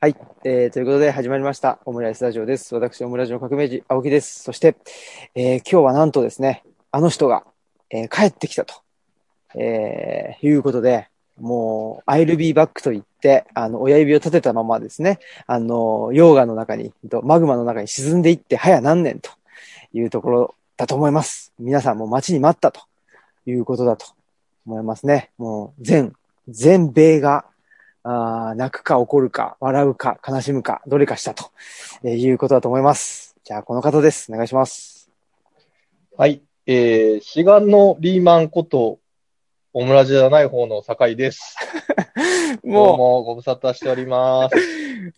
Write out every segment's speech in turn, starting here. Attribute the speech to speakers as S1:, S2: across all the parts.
S1: はい、えーということで始まりました、オムライスラジオです。私、オムラジオ革命児、青木です。そして、えー今日はなんとですね、あの人が、えー帰ってきたと、えーいうことで、もう、I'll be back と言って、あの、親指を立てたままですね、あの、溶岩の中に、とマグマの中に沈んでいって、早何年というところだと思います。皆さんも待ちに待ったということだと思いますね。もう、全、全米が、あー泣くか怒るか、笑うか、悲しむか、どれかしたと、えーいうことだと思います。じゃあ、この方です。お願いします。
S2: はい。えー、志願のリーマンこと、オムラジじゃない方の酒井です。どう
S1: も
S2: もご無沙汰しております。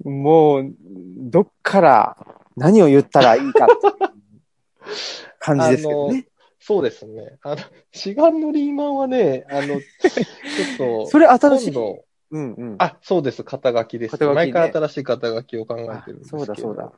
S1: う、もう、どっから何を言ったらいいかっていう感じですけどね。
S2: そうですね。あの、志願のリーマンはね、あの、ちょっ
S1: それ
S2: と、
S1: 新しい。
S2: 今度、
S1: うんうん。
S2: あ、そうです、肩書きです。
S1: 肩書きね
S2: 毎回新しい肩書きを考え
S1: あ
S2: てるんですけど。
S1: そうだそうだ。。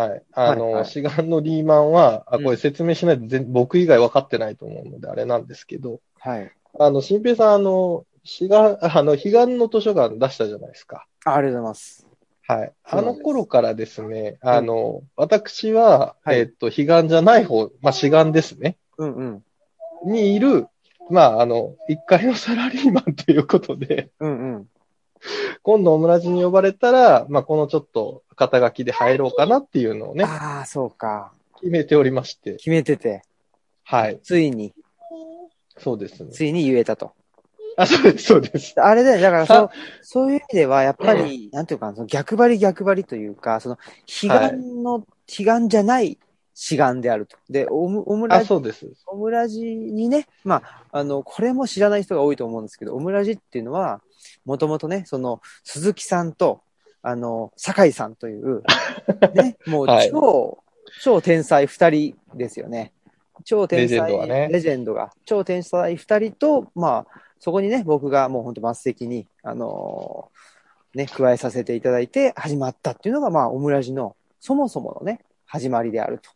S2: はい。あ
S1: はいはい
S2: の、志願のリーマンは、あ、
S1: うん
S2: これ説明しないと全僕以外分かってないと思うので、あれなんですけど、
S1: はい。
S2: あの、新平さん、あの、志願、 あの、彼岸の図書館出したじゃないですか。
S1: あありがとうございます。
S2: はい。
S1: そう
S2: あ
S1: なん
S2: の
S1: です
S2: 頃からですね、あの、私は、
S1: はい
S2: えっと、彼岸じゃない方、まあ、志願ですね、
S1: うんうん。
S2: にいる、まあ、あの、一階のサラリーマンということで、
S1: うんうん。
S2: 今度オムラジに呼ばれたら、まあ、このちょっと肩書きで入ろうかなっていうのをね、
S1: ああ、そうか。
S2: 決めておりまして、
S1: 決めてて、
S2: はい。
S1: ついに、
S2: そうですね。
S1: ついに言えたと。
S2: あ、そうです、そうです。
S1: あれだよ、だからそう
S2: さ、
S1: そういう意味では、やっぱり、なんていうかな、その逆張り逆張りというか、その、彼岸の、彼岸じゃない志願であると。で、オムオムラ
S2: あ、
S1: ジ、
S2: そうです。
S1: オムラジにね、まあ、あの、これも知らない人が多いと思うんですけど、オムラジっていうのは、もともとね、その、鈴木さんと、あの、酒井さんという、 ね、もう超、
S2: はい
S1: 超天才二人ですよね。超天才、
S2: レジェンドがね
S1: レジェンドが超天才二人と、まあ、そこにね、僕がもう本当末席に、あのーね、加えさせていただいて始まったっていうのが、まあ、オムラジの、そもそものね、始まりであると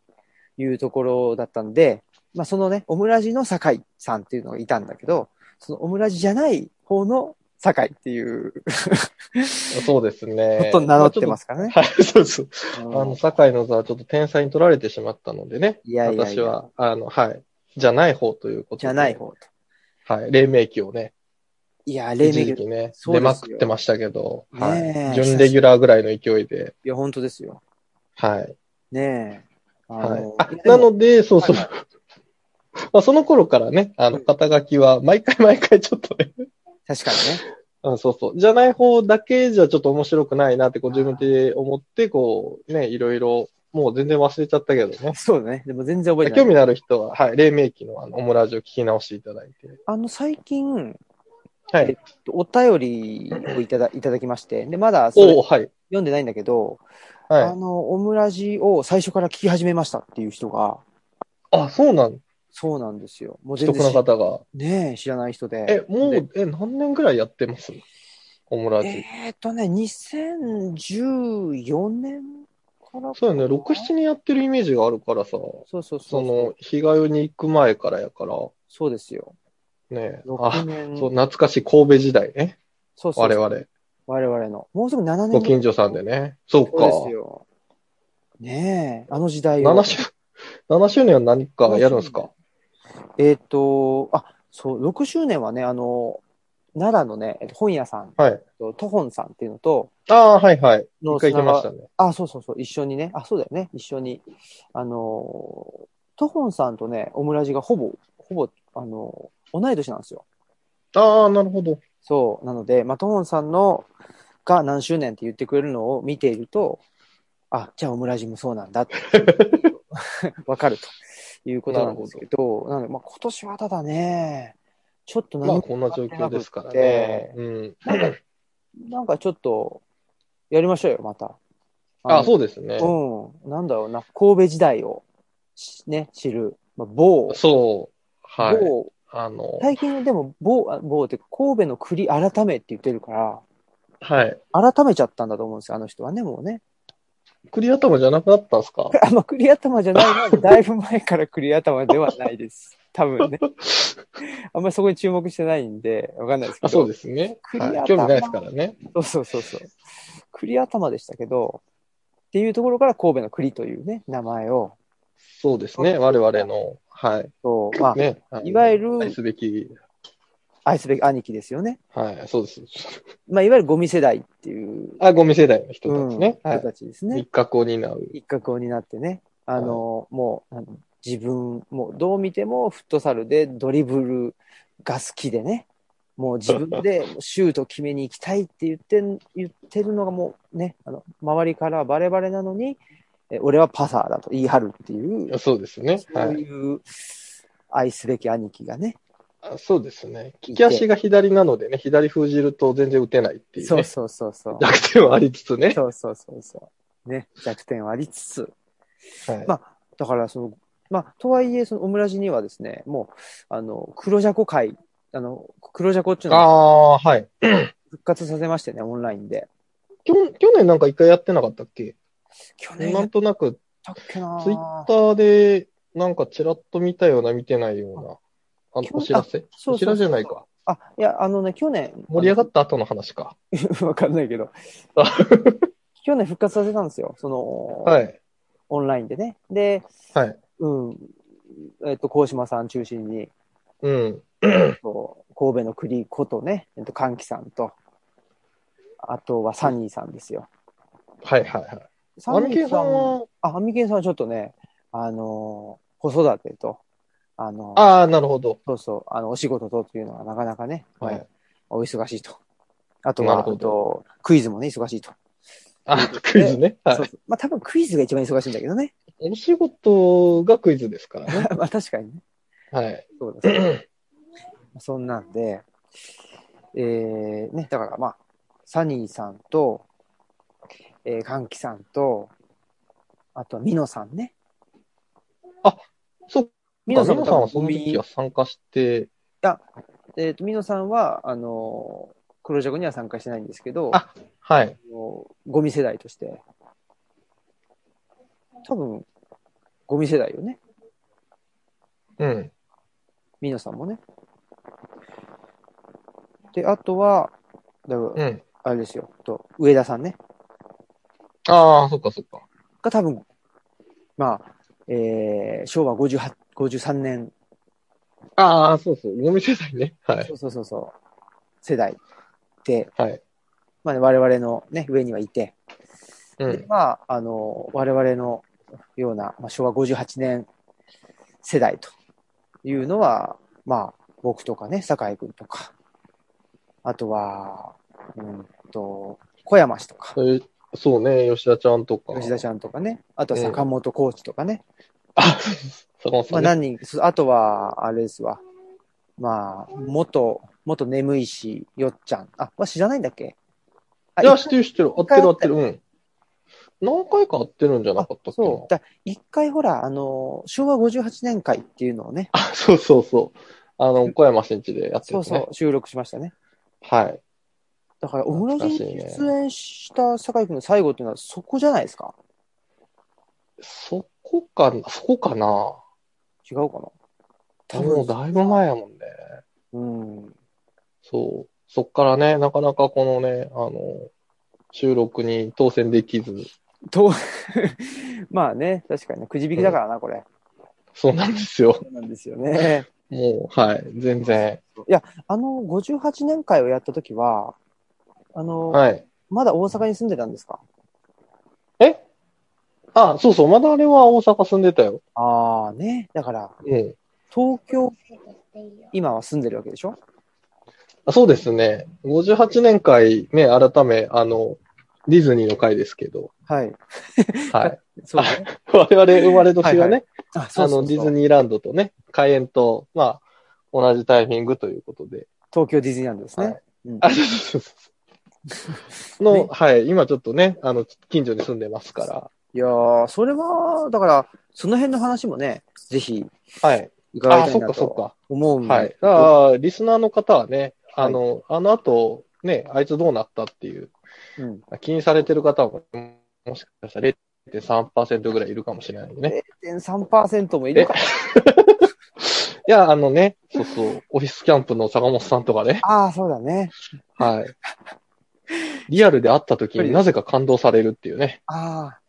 S1: いうところだったんで、まあ、そのね、オムラジの酒井さんっていうのがいたんだけど、そのオムラジじゃない方の酒井っていう、
S2: そうです
S1: こ
S2: ね。。
S1: とを名乗ってますすからね。
S2: はい、そうそう。
S1: あ
S2: あの、酒井の座はちょっと天才に取られてしまったのでね、
S1: いやいやい
S2: 私
S1: や
S2: は、あの、はい。じゃない方ということで。
S1: じゃない方と。
S2: はい、黎明期をね、
S1: いや、黎
S2: 一
S1: 明期。
S2: 時期
S1: い
S2: ね、
S1: そうで
S2: 出
S1: すよ
S2: まくってましたけど、
S1: ね
S2: は
S1: え
S2: い、準レギュラーぐらいの勢いで、
S1: や、本当ですよ。
S2: はい、
S1: ねえ。あ
S2: はい
S1: の。
S2: あ
S1: いや、で
S2: な
S1: も
S2: ので、そうそう
S1: は。
S2: まあ、その頃からね、あの、肩書きは、毎回毎回ちょっとね、
S1: 確かにね。
S2: うん、そうそう。じゃない方だけじゃちょっと面白くないなって、こう自分で思って、こう、ね、いろいろ、もう全然忘れちゃったけどね。
S1: そうだね。でも全然覚えて
S2: 興
S1: ない。
S2: 味のある人は、はい、黎明期のあの、オムラジを聞き直していただいて。
S1: あの、最近、
S2: はい。
S1: お便りをいただいただきまして、で、まだそれ
S2: おおはい。
S1: 読んでないんだけど、あ
S2: はい。
S1: の、オムラジを最初から聞き始めましたっていう人が、
S2: あ、そうなん
S1: そうなんですよ。もう全
S2: 既得な
S1: 然
S2: 方が。
S1: ねえ、知らない人で。
S2: え、も
S1: で
S2: う、え、何年ぐらいやってますオムラジ。
S1: えーっとね、2014年から
S2: そうよね、6、7年やってるイメージがあるからさ、そ
S1: そうそうそう。
S2: の、日帰りに行く前からやから、
S1: そうですよ。
S2: ね、
S1: 6
S2: あ、
S1: 年。
S2: そう、懐かしい神戸時代ね、
S1: そうそう
S2: 我々、
S1: 我々の。もうすぐ7年
S2: ご近所さんでね。そう
S1: そうです
S2: か。
S1: よ。ねえ、あの時代を
S2: 7。周、7周年は何かやるんですか
S1: えーっ、と、あ、そう、6周年はね、あの、奈良のね、えっと本屋さん、
S2: はい。
S1: とトホンさんっていうのと、
S2: ああ、はいはい。
S1: の
S2: 一回行きましたね。
S1: あ、そうそうそう、一緒にね、あ、そうだよね、一緒に、あのー、トホンさんとね、オムラジがほぼ、ほぼ、あのー、同い年なんですよ。
S2: ああ、なるほど。
S1: そう、なので、まあ、トホンさんの、が何周年って言ってくれるのを見ていると、あ、じゃあオムラジもそうなん だって、わかるということなんですけど、なので、まあ、今年はただね、ちょっと
S2: まあ、
S1: 何
S2: こんな状況ですからね。うん。
S1: なんか、なんかちょっと、やりましょうよ、また。
S2: あ
S1: の
S2: あ、そうですね。
S1: うん。なんだろうな、神戸時代をし、ね、知る。まあ、某、
S2: そう。はい。
S1: 某、
S2: あの、
S1: 最近でも某、あ某っていうか神戸の栗改めって言ってるから、
S2: はい。
S1: 改めちゃったんだと思うんですよ、あの人はね、もうね。
S2: 栗 頭じゃなくなったんですか
S1: あ、まあ、栗頭じゃないな、だいぶ前から栗頭ではないです。多分 ね。あんまりそこに注目してないんで、わかんないですけど。
S2: あ、そうですね。
S1: クリア
S2: は
S1: だ
S2: い興味ないですからね。
S1: そうそうそうそう。栗頭でしたけど、っていうところから神戸の栗というね、名前を、
S2: そうですね。我々の、はい。
S1: そうまあ、
S2: ね。あの
S1: いわゆる
S2: 愛すべき、
S1: 愛すべき兄貴ですよね。
S2: はい。そうです。
S1: まあ、いわゆるゴミ世代っていう、
S2: あ、ゴミ世代の人
S1: う
S2: た
S1: ん
S2: ち
S1: 人
S2: ね。はい。
S1: たちですね。
S2: 一角を担う。
S1: 一角を担ってね、あの、もう、あの自分、もうどう見てもフットサルでドリブルが好きでね、もう自分でシュート決めに行きたいって言ってん、言ってるのがもうね、あの、周りからはバレバレなのに、え俺はパサーだと言い張るっていう、
S2: そうですね。
S1: そ
S2: は
S1: う
S2: い。
S1: いう愛すべき兄貴がね、
S2: あそうですね。利き足が左なのでね、左封じると全然打てないっていう
S1: そう
S2: ね。
S1: そうそうそう。
S2: 弱点はありつつね。
S1: そうそうそうそう。ね、弱点はありつつ、
S2: はい
S1: まあだからその、まあ、とはいえ、そのオムラジにはですね、もう、あの、黒ジャコ会、あの、黒ジャコっていうのを
S2: ああー、はい。
S1: 復活させましてね、オンラインで。
S2: きょ去年なんか一回やってなかったっけ
S1: 去年やっ
S2: なんとなく、
S1: たっけな
S2: ツイッターで、なんかちらっと見たような、見てないような。あの
S1: きょ
S2: お知らせ
S1: そうそうそう
S2: お知らせじゃないか。
S1: あ、いや、あのね、去年。
S2: 盛り上が
S1: っ
S2: った後の話か。
S1: た わかんないけど
S2: あ。
S1: 去年復活させたんですよ、その、
S2: はい。
S1: オンラインでね。で、
S2: はい。
S1: うん。えっと、高島さん中心に、
S2: うん。
S1: そう神戸の栗ことね、えっと、歓喜さんと、あとはサニーさんですよ。
S2: はいはいはい。
S1: サ
S2: ア
S1: ニ
S2: ミケ
S1: ー
S2: ンさんは、
S1: あ、アンミケンさんはちょっとね、あのー子育てと、あのー
S2: ああ、なるほど。
S1: そうそう、あの、お仕事とっていうのはなかなかね、
S2: は
S1: まあ
S2: い。
S1: お忙しいと。あとは、
S2: なるほ
S1: あ
S2: ど
S1: とクイズもね、忙しいと。
S2: あ、クイズね。は
S1: そう
S2: い。
S1: そうまあ、多分クイズが一番忙しいんだけどね。
S2: お仕事がクイズですからね。
S1: まあ、確かにね。
S2: はい。
S1: そう だそうだそんなんで、えー、ね、だからまあ、サニーさんと、えー、カンキさんと、あとはミノさんね。
S2: そっか、
S1: ミ
S2: ミ
S1: ノ
S2: ノ
S1: さ
S2: さ
S1: んも
S2: ん
S1: 多
S2: は
S1: 分
S2: そ
S1: ゴ
S2: の
S1: ミ
S2: 時は参加して、
S1: えっ、と、ミノさんは、あの、黒ジャコには参加してないんですけど、
S2: あはい。
S1: あのゴミ世代として。多分、ゴミ世代よね。
S2: うん。
S1: ミノさんもね。で、あとは、だから
S2: うん。
S1: あれですよ、と、上田さんね。
S2: ああ、そっかそっか。
S1: が多分、まあ、えー、昭和58 53年、
S2: ああ、そうそう。ゴミ世代ね。はい
S1: そ。うそうそうそう、世代で、
S2: はい。
S1: まあね、我々のね、上にはいて、
S2: う
S1: で
S2: ん。
S1: まあ、あの、我々のような、まあ、昭和58年世代というのは、まあ、僕とかね、酒井君とか、あとは、うんと、小山氏とか
S2: そ、れそうね、吉田ちゃんとか。
S1: 吉田ち
S2: ゃ
S1: ゃ
S2: ん。
S1: んとかね、あとは坂本コーチとかね、
S2: あ、そうそう坂本
S1: ま
S2: さ
S1: あ
S2: んね。
S1: 何人、そうあとは、あれですわ、まあ、元、元眠いし、よっちゃん。あ、まあ、知らないんだっけあ
S2: いや、知ってる知ってる。合ってる合
S1: 一
S2: ってる。うん。何回か合ってるんじゃなかったっけな
S1: そう。だ一回ほら、あの、昭和58年会っていうのをね、
S2: あ、そうそうそう。あの、小山新地でやってる
S1: そ
S2: ん
S1: う
S2: ですね
S1: そ。う、収録しましたね。
S2: はい。
S1: だから、オムラジに
S2: 懐かしい
S1: 出演した酒井君の最後っていうのはそこじゃないですか
S2: そこかな、そこかな。
S1: 違うかな多分
S2: もうだいぶ前やもんね。
S1: うん。
S2: そう。そっからね、なかなかこのね、あの、収録に当選できず、
S1: と、 まあね、確かにね、くじ引きだからな、これ。
S2: そうなんですよ。
S1: そうなんですよね。
S2: もう、はい、全然。
S1: あの、58年会をやった時は、あの、
S2: はい。
S1: まだ大阪に住んでたんですか
S2: えあ、そうそう、まだあれは大阪住んでたよ。
S1: ああね。だから、
S2: うん。
S1: 東京、今は住んでるわけでしょ
S2: あそうですね。58年会ね、改め、あの、ディズニーの会ですけど、
S1: はい。
S2: はい。
S1: そうね。
S2: 我々生まれ年がね、
S1: はいはいあ、そうそ
S2: あ
S1: う
S2: の、ディ
S1: そ
S2: ズ
S1: う。
S2: ニーランドとね、開園と、まあ、同じタイミングということ で。
S1: 東京ディズニーランドです
S2: は
S1: ね
S2: い。
S1: うん
S2: あ、そうそうそう。の、
S1: ね
S2: はい、今ちょっとね、あの、近所に住んでますか
S1: いやー、それは、だから、その辺の話もね、ぜひ
S2: ら。はい。
S1: 伺い
S2: あ
S1: たい
S2: そっ
S1: な
S2: かそっ
S1: と
S2: か。
S1: 思うんで。
S2: はい。だからリスナーの方はね、あの、あの後、ね、あいつどうなったっていう、
S1: うん、
S2: 気にされてる方も、もしかしたら0.3%ぐらいいるかもしれないね。
S1: 0.3%もいるか
S2: いや、あのね、そうそう、オフィスキャンプの坂本さんとかね、
S1: ああ、そうだね。
S2: はい。 リアルで会った時になぜか感動されるっていうね、
S1: ああ。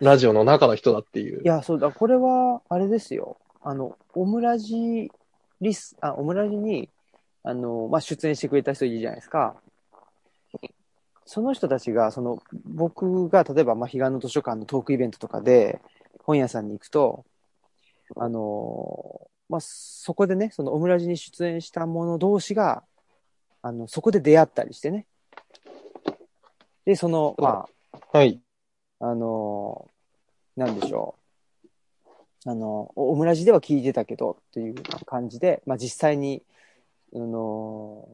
S2: ラジオの中の人だっていう。
S1: いや、そうだ、これは、あれですよ。あの、オムラジリス、あ、オムラジに、あの、まあ、出演してくれた人いるじゃないですか。その人たちが、その、僕が、例えば、まあ、彼岸の図書館のトークイベントとかで、本屋さんに行くと、あの、まあ、そこでね、そのオムラジに出演した者同士が、あの、そこで出会ったりしてね。で、その、まあ、
S2: はい。
S1: あのー、なんでしょう。あの、おオムラジでは聞いてたけど、という感じで、まあ実際に、あの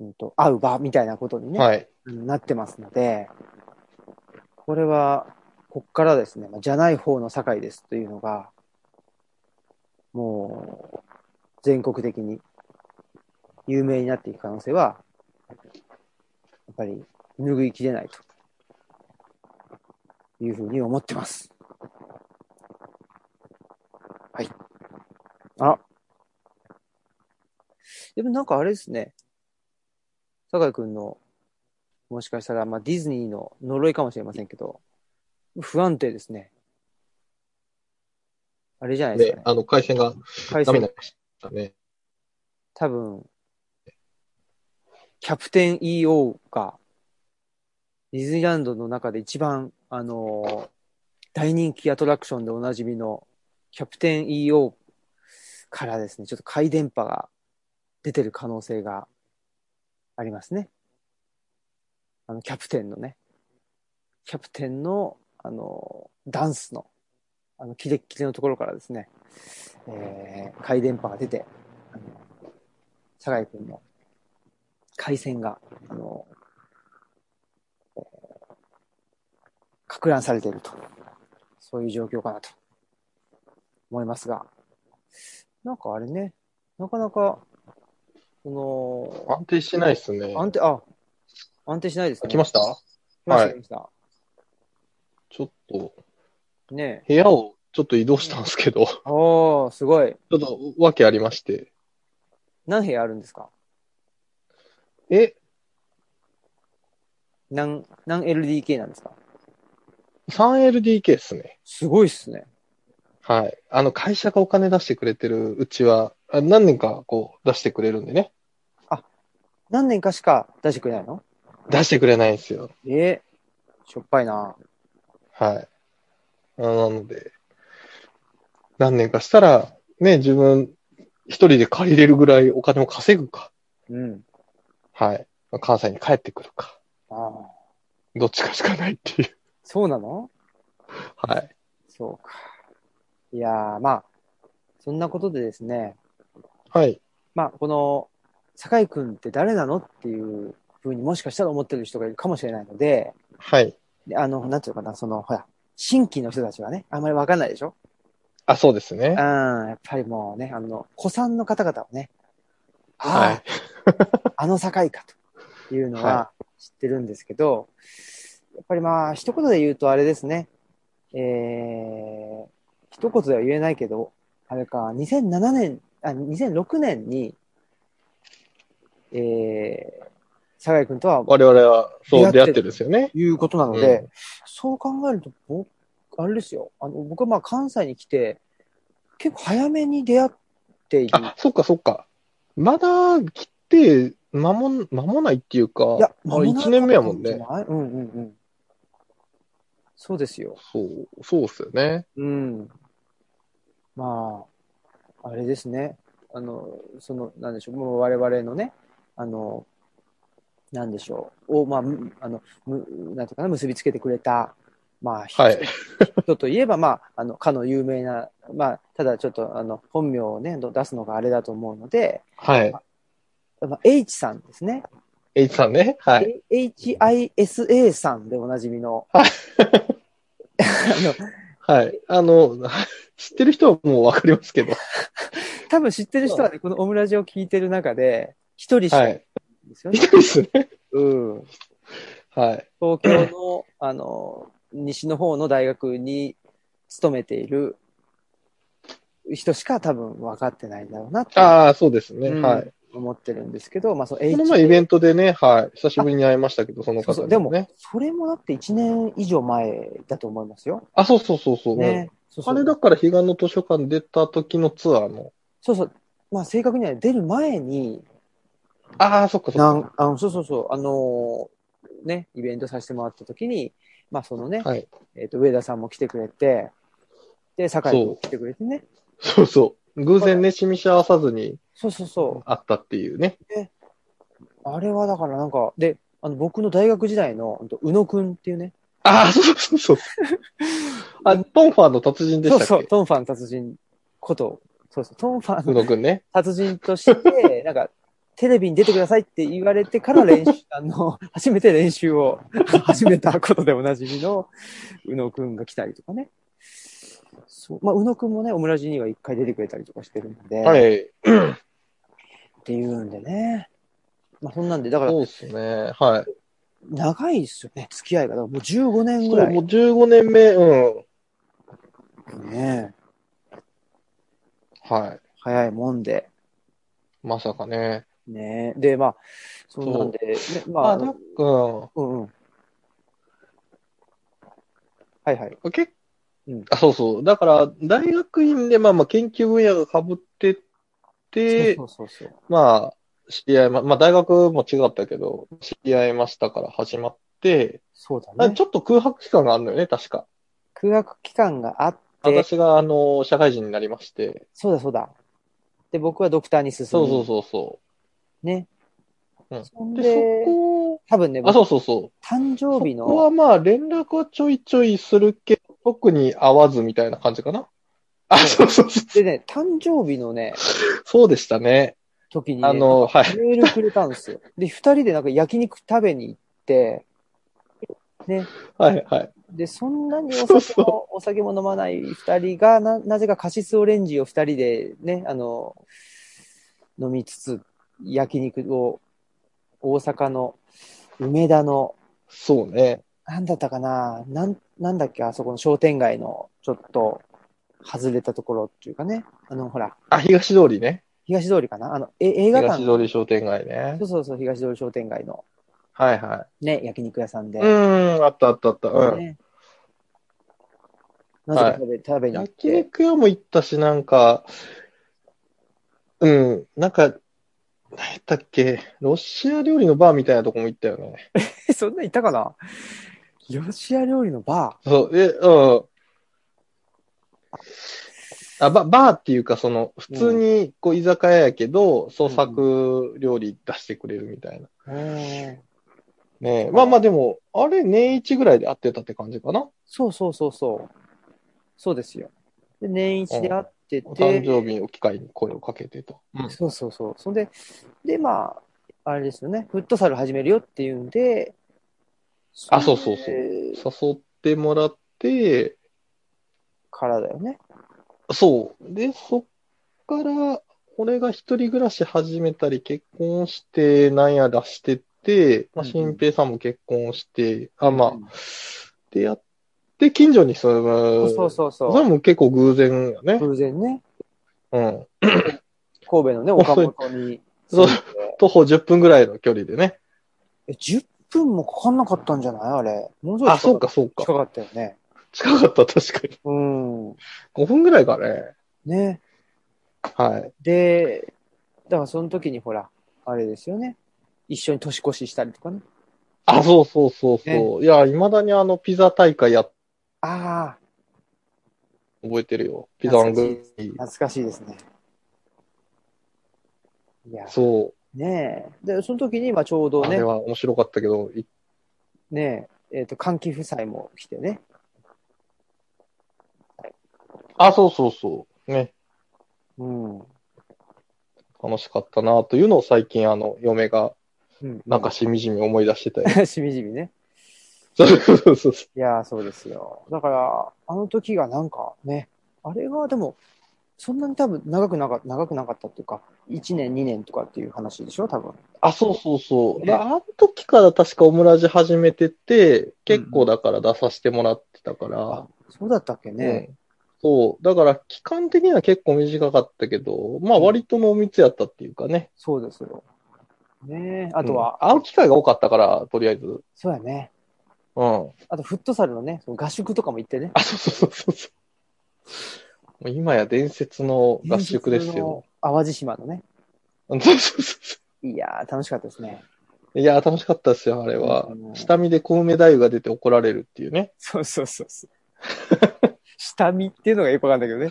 S1: ー、うんと、会う場みたいなことにね、
S2: はい。
S1: うんなってますので、これは、こっからですね、まあじゃない方の堺ですというのが、もう、全国的に有名になっていく可能性は、やっぱり拭いきれないと。いうふうに思ってます。はい。あ。でもなんかあれですね。酒井くんのもしかしたら、まあ、ディズニーの呪いかもしれませんけど、不安定ですね。あれじゃないですか
S2: で
S1: ね、。
S2: あの、回線が
S1: 回
S2: ダメにな
S1: 線、
S2: りましたね。
S1: 多分、キャプテン EO が、ディズニーランドの中で一番、あのー大人気アトラクションでおなじみの、キャプテン EO からですね、ちょっと回電波が出てる可能性がありますね。あの、キャプテンのね、キャプテンの、あの、ダンスの、あの、キレッキレのところからですね、えー、回電波が出て、あの、酒井くんの回線が、あの、えーか乱されていると。そういう状況かなと思いますが、なんかあれね、なかなか、その、
S2: 安定してないですね。
S1: 安定、あ、安定しないですね。
S2: 来ました
S1: 来ました、
S2: はい
S1: 来ました。
S2: ちょっと、
S1: ねえ。
S2: 部屋をちょっと移動したんですけど、 ち
S1: ああ、すごい。
S2: ょっと訳ありまして。
S1: 何部屋あるんですか
S2: え、
S1: 何、何 LDK なんですか
S2: 3LDK ですね。
S1: すごいっすね。
S2: はい。あの、会社がお金出してくれてるうちは、あ何年かこう出してくれるんでね。
S1: 何年かしか出してくれないの
S2: 出してくれないんですよ。
S1: ええしょっぱいな。
S2: はい。あなので、何年かしたら、ね、自分、一人で借りれるぐらいお金を稼ぐか。
S1: うん。
S2: はい。関西に帰ってくるか。
S1: ああ、
S2: どっちかしかないっていう。
S1: そうなの
S2: はい。
S1: そうか。いやー、まあ、そんなことでですね、
S2: はい。
S1: まあ、この、酒井くんって誰なのっていうふうにもしかしたら思ってる人がいるかもしれないので、
S2: はい。
S1: であの、なんていうのかな、その、ほら、新規の人たちはね、あんまりわかんないでしょ
S2: あ、そうですね。
S1: うん、やっぱりもうね、あの、古参の方々はね、
S2: は
S1: あ
S2: い。
S1: あ、あの境かというのは知ってるんですけど、やっぱりまあ、一言で言うとあれですね、えー、一言では言えないけど、あれか、2007年、あ、2006年に、えー、酒井君とは
S2: 我々は、そう、
S1: 出
S2: 出
S1: 会っ
S2: 会ってて
S1: る
S2: るんですよね。
S1: いうことなので、
S2: う
S1: そう考えると、僕、あれですよ。あの、僕はまあ関西に来て、結構早めに出会っている。
S2: あ、そっかそっか。まだ来て、間もん、間もないっていうか、
S1: いや、
S2: あれ1年目やもん
S1: 間
S2: ね
S1: も。なかったんじゃないうんうんうん。そうですよ。
S2: そう、そうっすよね。
S1: うん。まあ、あれですね。あの、その、なんでしょう、もう我々のね、あの、なんでしょう、を、まあ、むあの、むなんていうかな、結びつけてくれた、まあ、
S2: はい。
S1: 人といえば、まあ、あの、かの有名な、まあ、ただちょっと、あの、本名をね、ど出すのがあれだと思うので、
S2: はい。
S1: まあ、H さんですね。
S2: H さんね。はい。
S1: HISA さんでおなじみの、あ
S2: は
S1: の、
S2: はい。あの、 知ってる人 はもうわかりますけど。
S1: 多分知ってる人はね、このオムラジを聞いてる中で、一人しかい
S2: は
S1: ない
S2: い。
S1: んですよね。
S2: 一人ですね。
S1: うん。
S2: はい。
S1: 東京の、あの、西の方の大学に勤めている、人しか多分分かってないんだろうなって
S2: ああ、そうですね。
S1: うん
S2: はい。
S1: 思ってるんですけど、まあ、その
S2: こ
S1: H
S2: の前イベントでね、はい。久しぶりに会いましたけど、その
S1: そう
S2: 方
S1: そう
S2: に
S1: でも
S2: ね。、
S1: それもだって1年以上前だと思いますよ。
S2: あ、そうそうそうそう。
S1: ね。そうそ
S2: あ
S1: う
S2: れだから、彼岸の図書館出た時のツアーの。
S1: そうそう。まあ、正確には出る前に、
S2: ああ、そっかそっ
S1: な
S2: か。
S1: んあのそうそうそう、あのーね、イベントさせてもらった時に、まあ、そのね、
S2: はい。
S1: えっと、上田さんも来てくれて、で、酒井君も来てくれてね。
S2: そうそう。偶然ね、示し合わさずに
S1: そうそうそ
S2: 会ったっていうね。
S1: う。あれはだからなんか、で、あの、僕の大学時代の、ほんと宇野くんっていうね。
S2: ああ、そうそうそう。あ、トンファーの達人で
S1: そ
S2: し
S1: う
S2: たっけ
S1: そう、トンファン達人こと、そうそう、トンファン
S2: 宇野くんね。
S1: 達人として、 なんか、テレビに出てくださいって言われてから練習、あの、 初めて練習を 始めたことでおなじみの、宇野くんが来たりとかね。そう。まあ、宇野くんもね、オムラジには一回出てくれたりとかしてるんで、
S2: は
S1: っ
S2: い。
S1: ていうんでね。まあ、そんなんで、だから、
S2: そうですね。はい。
S1: 長いですよね、付き合いが。だからもう15年ぐ
S2: そう、
S1: ら
S2: も
S1: いう
S2: 15年目、うん。
S1: ね、
S2: はい。
S1: 早いもんで。
S2: まさかね。
S1: ねで、まあ、そんなんで、ね、ま
S2: ま
S1: あ、
S2: あ、なんか、うん
S1: うんうん。はいはい。
S2: 結
S1: うん
S2: あ、そうそう。だから、大学院で、まあまあ、研究分野が被ってて、
S1: そうそうそうそう。
S2: まあ、知り合いま、まあ、大学も違ったけど、知り合いましたから始まって、
S1: そうだ
S2: あ
S1: ね。
S2: ちょっと空白期間があるのよね、確か。
S1: 空白期間があって、
S2: 私が、あの、社会人になりまして。
S1: そうだそうだ。で、僕はドクターに進む。
S2: そうそうそうそ
S1: ね。
S2: うん
S1: そん
S2: う。で、
S1: で
S2: そ、こ、
S1: 多分ね、
S2: あ、
S1: 僕
S2: そうそうそう。
S1: 誕
S2: そ
S1: 生日
S2: こ
S1: の、
S2: はまあ、連絡はちょいちょいするけど、特に会わずみたいな感じかな。あ、そうそうそう。
S1: でね、誕生日のね、
S2: そうでしたね。
S1: 時に、ね、
S2: あの、はい。
S1: メールくれたんですよ。で、二人でなんか焼肉食べに行って、ね。
S2: はい、はい。
S1: で、そんなにお酒
S2: そう
S1: も、
S2: そう
S1: お酒も飲まない二人が、な、なぜかカシスオレンジを二人でね、あの、飲みつつ、焼肉を、大阪の、梅田の、
S2: そうね。
S1: なんだったかな、なん、なんだっけ、あそこの商店街の、ちょっと、外れたところっていうかね、あの、ほら、
S2: あ、東通りね。
S1: 東通りかな、あの、え、映画館
S2: 東
S1: の、
S2: 通り商店街ね
S1: そう。そうそう、東通り商店街の、
S2: はいは
S1: ね、焼肉屋さんで、
S2: い。うーん、あったあったあった。うん。
S1: ね。なぜか食べ、食べに行っ
S2: 焼
S1: て、
S2: 肉屋も行ったし、なんか、うん、なんか、何やったっけ、ロシア料理のバーみたいなとこも行ったよね。
S1: え、 そんなんいたかなロシア料理のバ
S2: そう、え、うん。あババーっていうか、その、普通にこう居酒屋やけど、創作料理出してくれるみたいな。
S1: ー。へー
S2: ねえまあまあでも、あれ、年一ぐらいで会ってたって感じかな。
S1: そうそうそうそう。そうですよ。で、年一で会ってて、
S2: お誕生日を機会に声をかけてと。うん
S1: そうそうそう。そんで、で、まあ、あれですよね、フットサル始めるよっていうんで、
S2: あそうそうそう
S1: れ
S2: 誘ってもらって、
S1: からだよね。
S2: そう。で、そっから、俺が一人暮らし始めたり、結婚して、なんやらしてって、まあ、
S1: うんうん
S2: 新平さんも結婚して、あ、まあ
S1: うん、
S2: でやって、近所に住む。
S1: そうそうそう
S2: それも結構偶然やね。
S1: 偶然ね、
S2: うん。
S1: 神戸のね、
S2: 遅い
S1: 岡本に。
S2: そう
S1: 住んで
S2: 徒歩10分ぐらいの距離でね。
S1: え、10分もかかんなかったんじゃないあれ。もうちょい近かった
S2: あ、そう。か、そう
S1: 近
S2: か。
S1: かったよね。
S2: 近かった、確かに。
S1: うん。
S2: 5分ぐらいかね。
S1: ね。
S2: はい。
S1: で、だからその時にほら、あれですよね。一緒に年越ししたりとかね。
S2: あ、そうそうそうそう。いや、未だにあの、ピザ大会やっ、
S1: ああ、
S2: 覚えてるよ。ピザングリー。
S1: 懐かしいですね。いや、
S2: そう。
S1: ねえ。で、その時に、まあちょうど
S2: あれ
S1: ね、
S2: は面白かったけど、い
S1: ねえ、えっ、と、換気夫妻も来てね。
S2: あ、そうそうそう。ね、
S1: うん。
S2: 楽しかったなというのを最近、あの、嫁が、
S1: うん、
S2: なんかしみじみ思い出してたよ。
S1: うん、 しみじみね。
S2: そうそうそうそ
S1: いやー、そうですよ。だから、あの時がなんかね、あれがでも、そんなに多分長くなか長くなかったっていうか、1年、2年とかっていう話でしょ、多分。
S2: う。 あ、そうそうそう。だあの時から確かオムラジ始めてて、結構だから出させてもらってたから、
S1: そうだったっけね。
S2: うんそう。だから、期間的には結構短かったけど、まあ割と濃密やったっていうかね。
S1: そうですよ。ねえあ
S2: あ
S1: とは、
S2: 会う機会が多かったから、とりあえず。うん。
S1: そうやね。
S2: あ、
S1: あと、フットサルのね、その合宿とかも行ってね。
S2: そうそうそう そう。もう今や伝説の合宿ですよ。。
S1: 淡路島のね。
S2: そうそうそうそ
S1: いやー、楽しかったですね。
S2: う。いや、楽しかったですよ、あれは
S1: うん。
S2: 下見で小梅太夫が出て怒られるっていうね。
S1: そうそうそうそう。下見っていうのがよくわかんないけどね。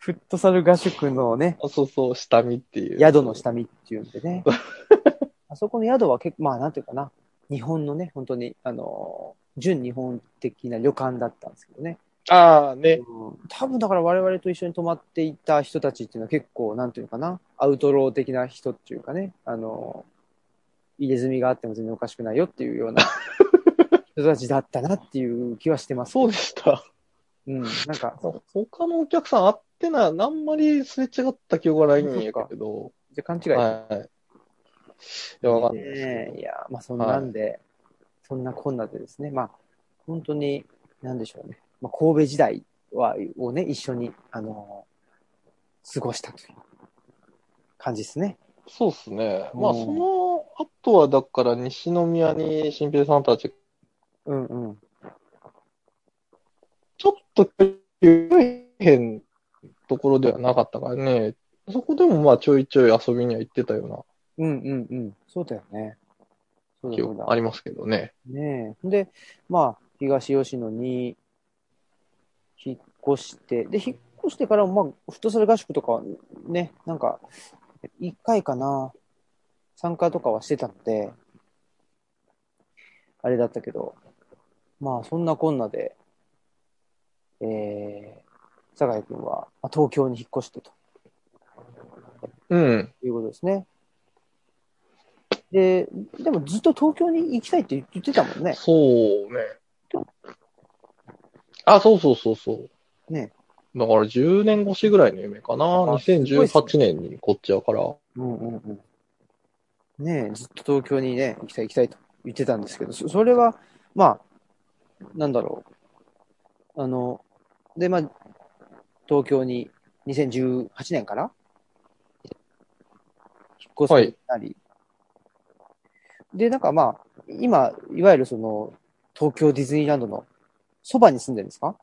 S1: フットサル合宿のね、
S2: あそうそう、下見っていう。
S1: 宿の下見っていうんでね。あそこの宿は結構、まあなんていうかな、日本のね、本当に、あのー、純日本的な旅館だったんですけどね。
S2: ああ、ね。
S1: うん、多分だから我々と一緒に泊まっていた人たちっていうのは結構、なんていうかな、アウトロー的な人っていうかね、あのー、入れ墨があっても全然おかしくないよっていう ような人たちだったなっていう気はしてます。
S2: そうでした。
S1: うん、なんか、
S2: 他のお客さん会ってな、あんまりすれ違った記憶がないんやけど。
S1: じゃあ勘違い。
S2: はい。いや、わかんないです
S1: ねえい
S2: け
S1: や、まあそんなんで、そんなこんなでですね、まあ本当に、なんでしょうね、まあ、神戸時代はをね、一緒に、あの過ごしたという感じですね。
S2: ど。そうですね。まあ、
S1: うん
S2: その後は、だから、西宮に新平さんたち、
S1: うんうん。
S2: ちょっと、へんところではなかったからね。そこでも、まあ、ちょいちょい遊びには行ってたような
S1: うんうんうん。そうだよね。そうだ
S2: 記
S1: そう
S2: 憶あ
S1: だ。
S2: りますけどね。
S1: ねえで、まあ、東吉野に引っ越して、で、引っ越してからも、まあ、フットサル合宿とかはね、なんか、1回かな、参加とかはしてたので、あれだったけど、まあ、そんなこんなで、えー、酒井君は、まあ、東京に引っ越してと
S2: うん。
S1: いうことですね。で、でもずっと東京に行きたいって言ってたもんね。
S2: そうね。あ、そうそうそうそう。
S1: ね。
S2: だから10年越しぐらいの夢かな。2018年にこっちやから。
S1: うんうんうん。ねえ、ずっと東京にね、行きたい行きたいと言ってたんですけど、そそれは、まあ、なんだろう。あの、で、まあ、東京に2018年から引っ越すようになり、で、なんかまあ、今、いわゆるその、東京ディズニーランドのそばに住んでるんですか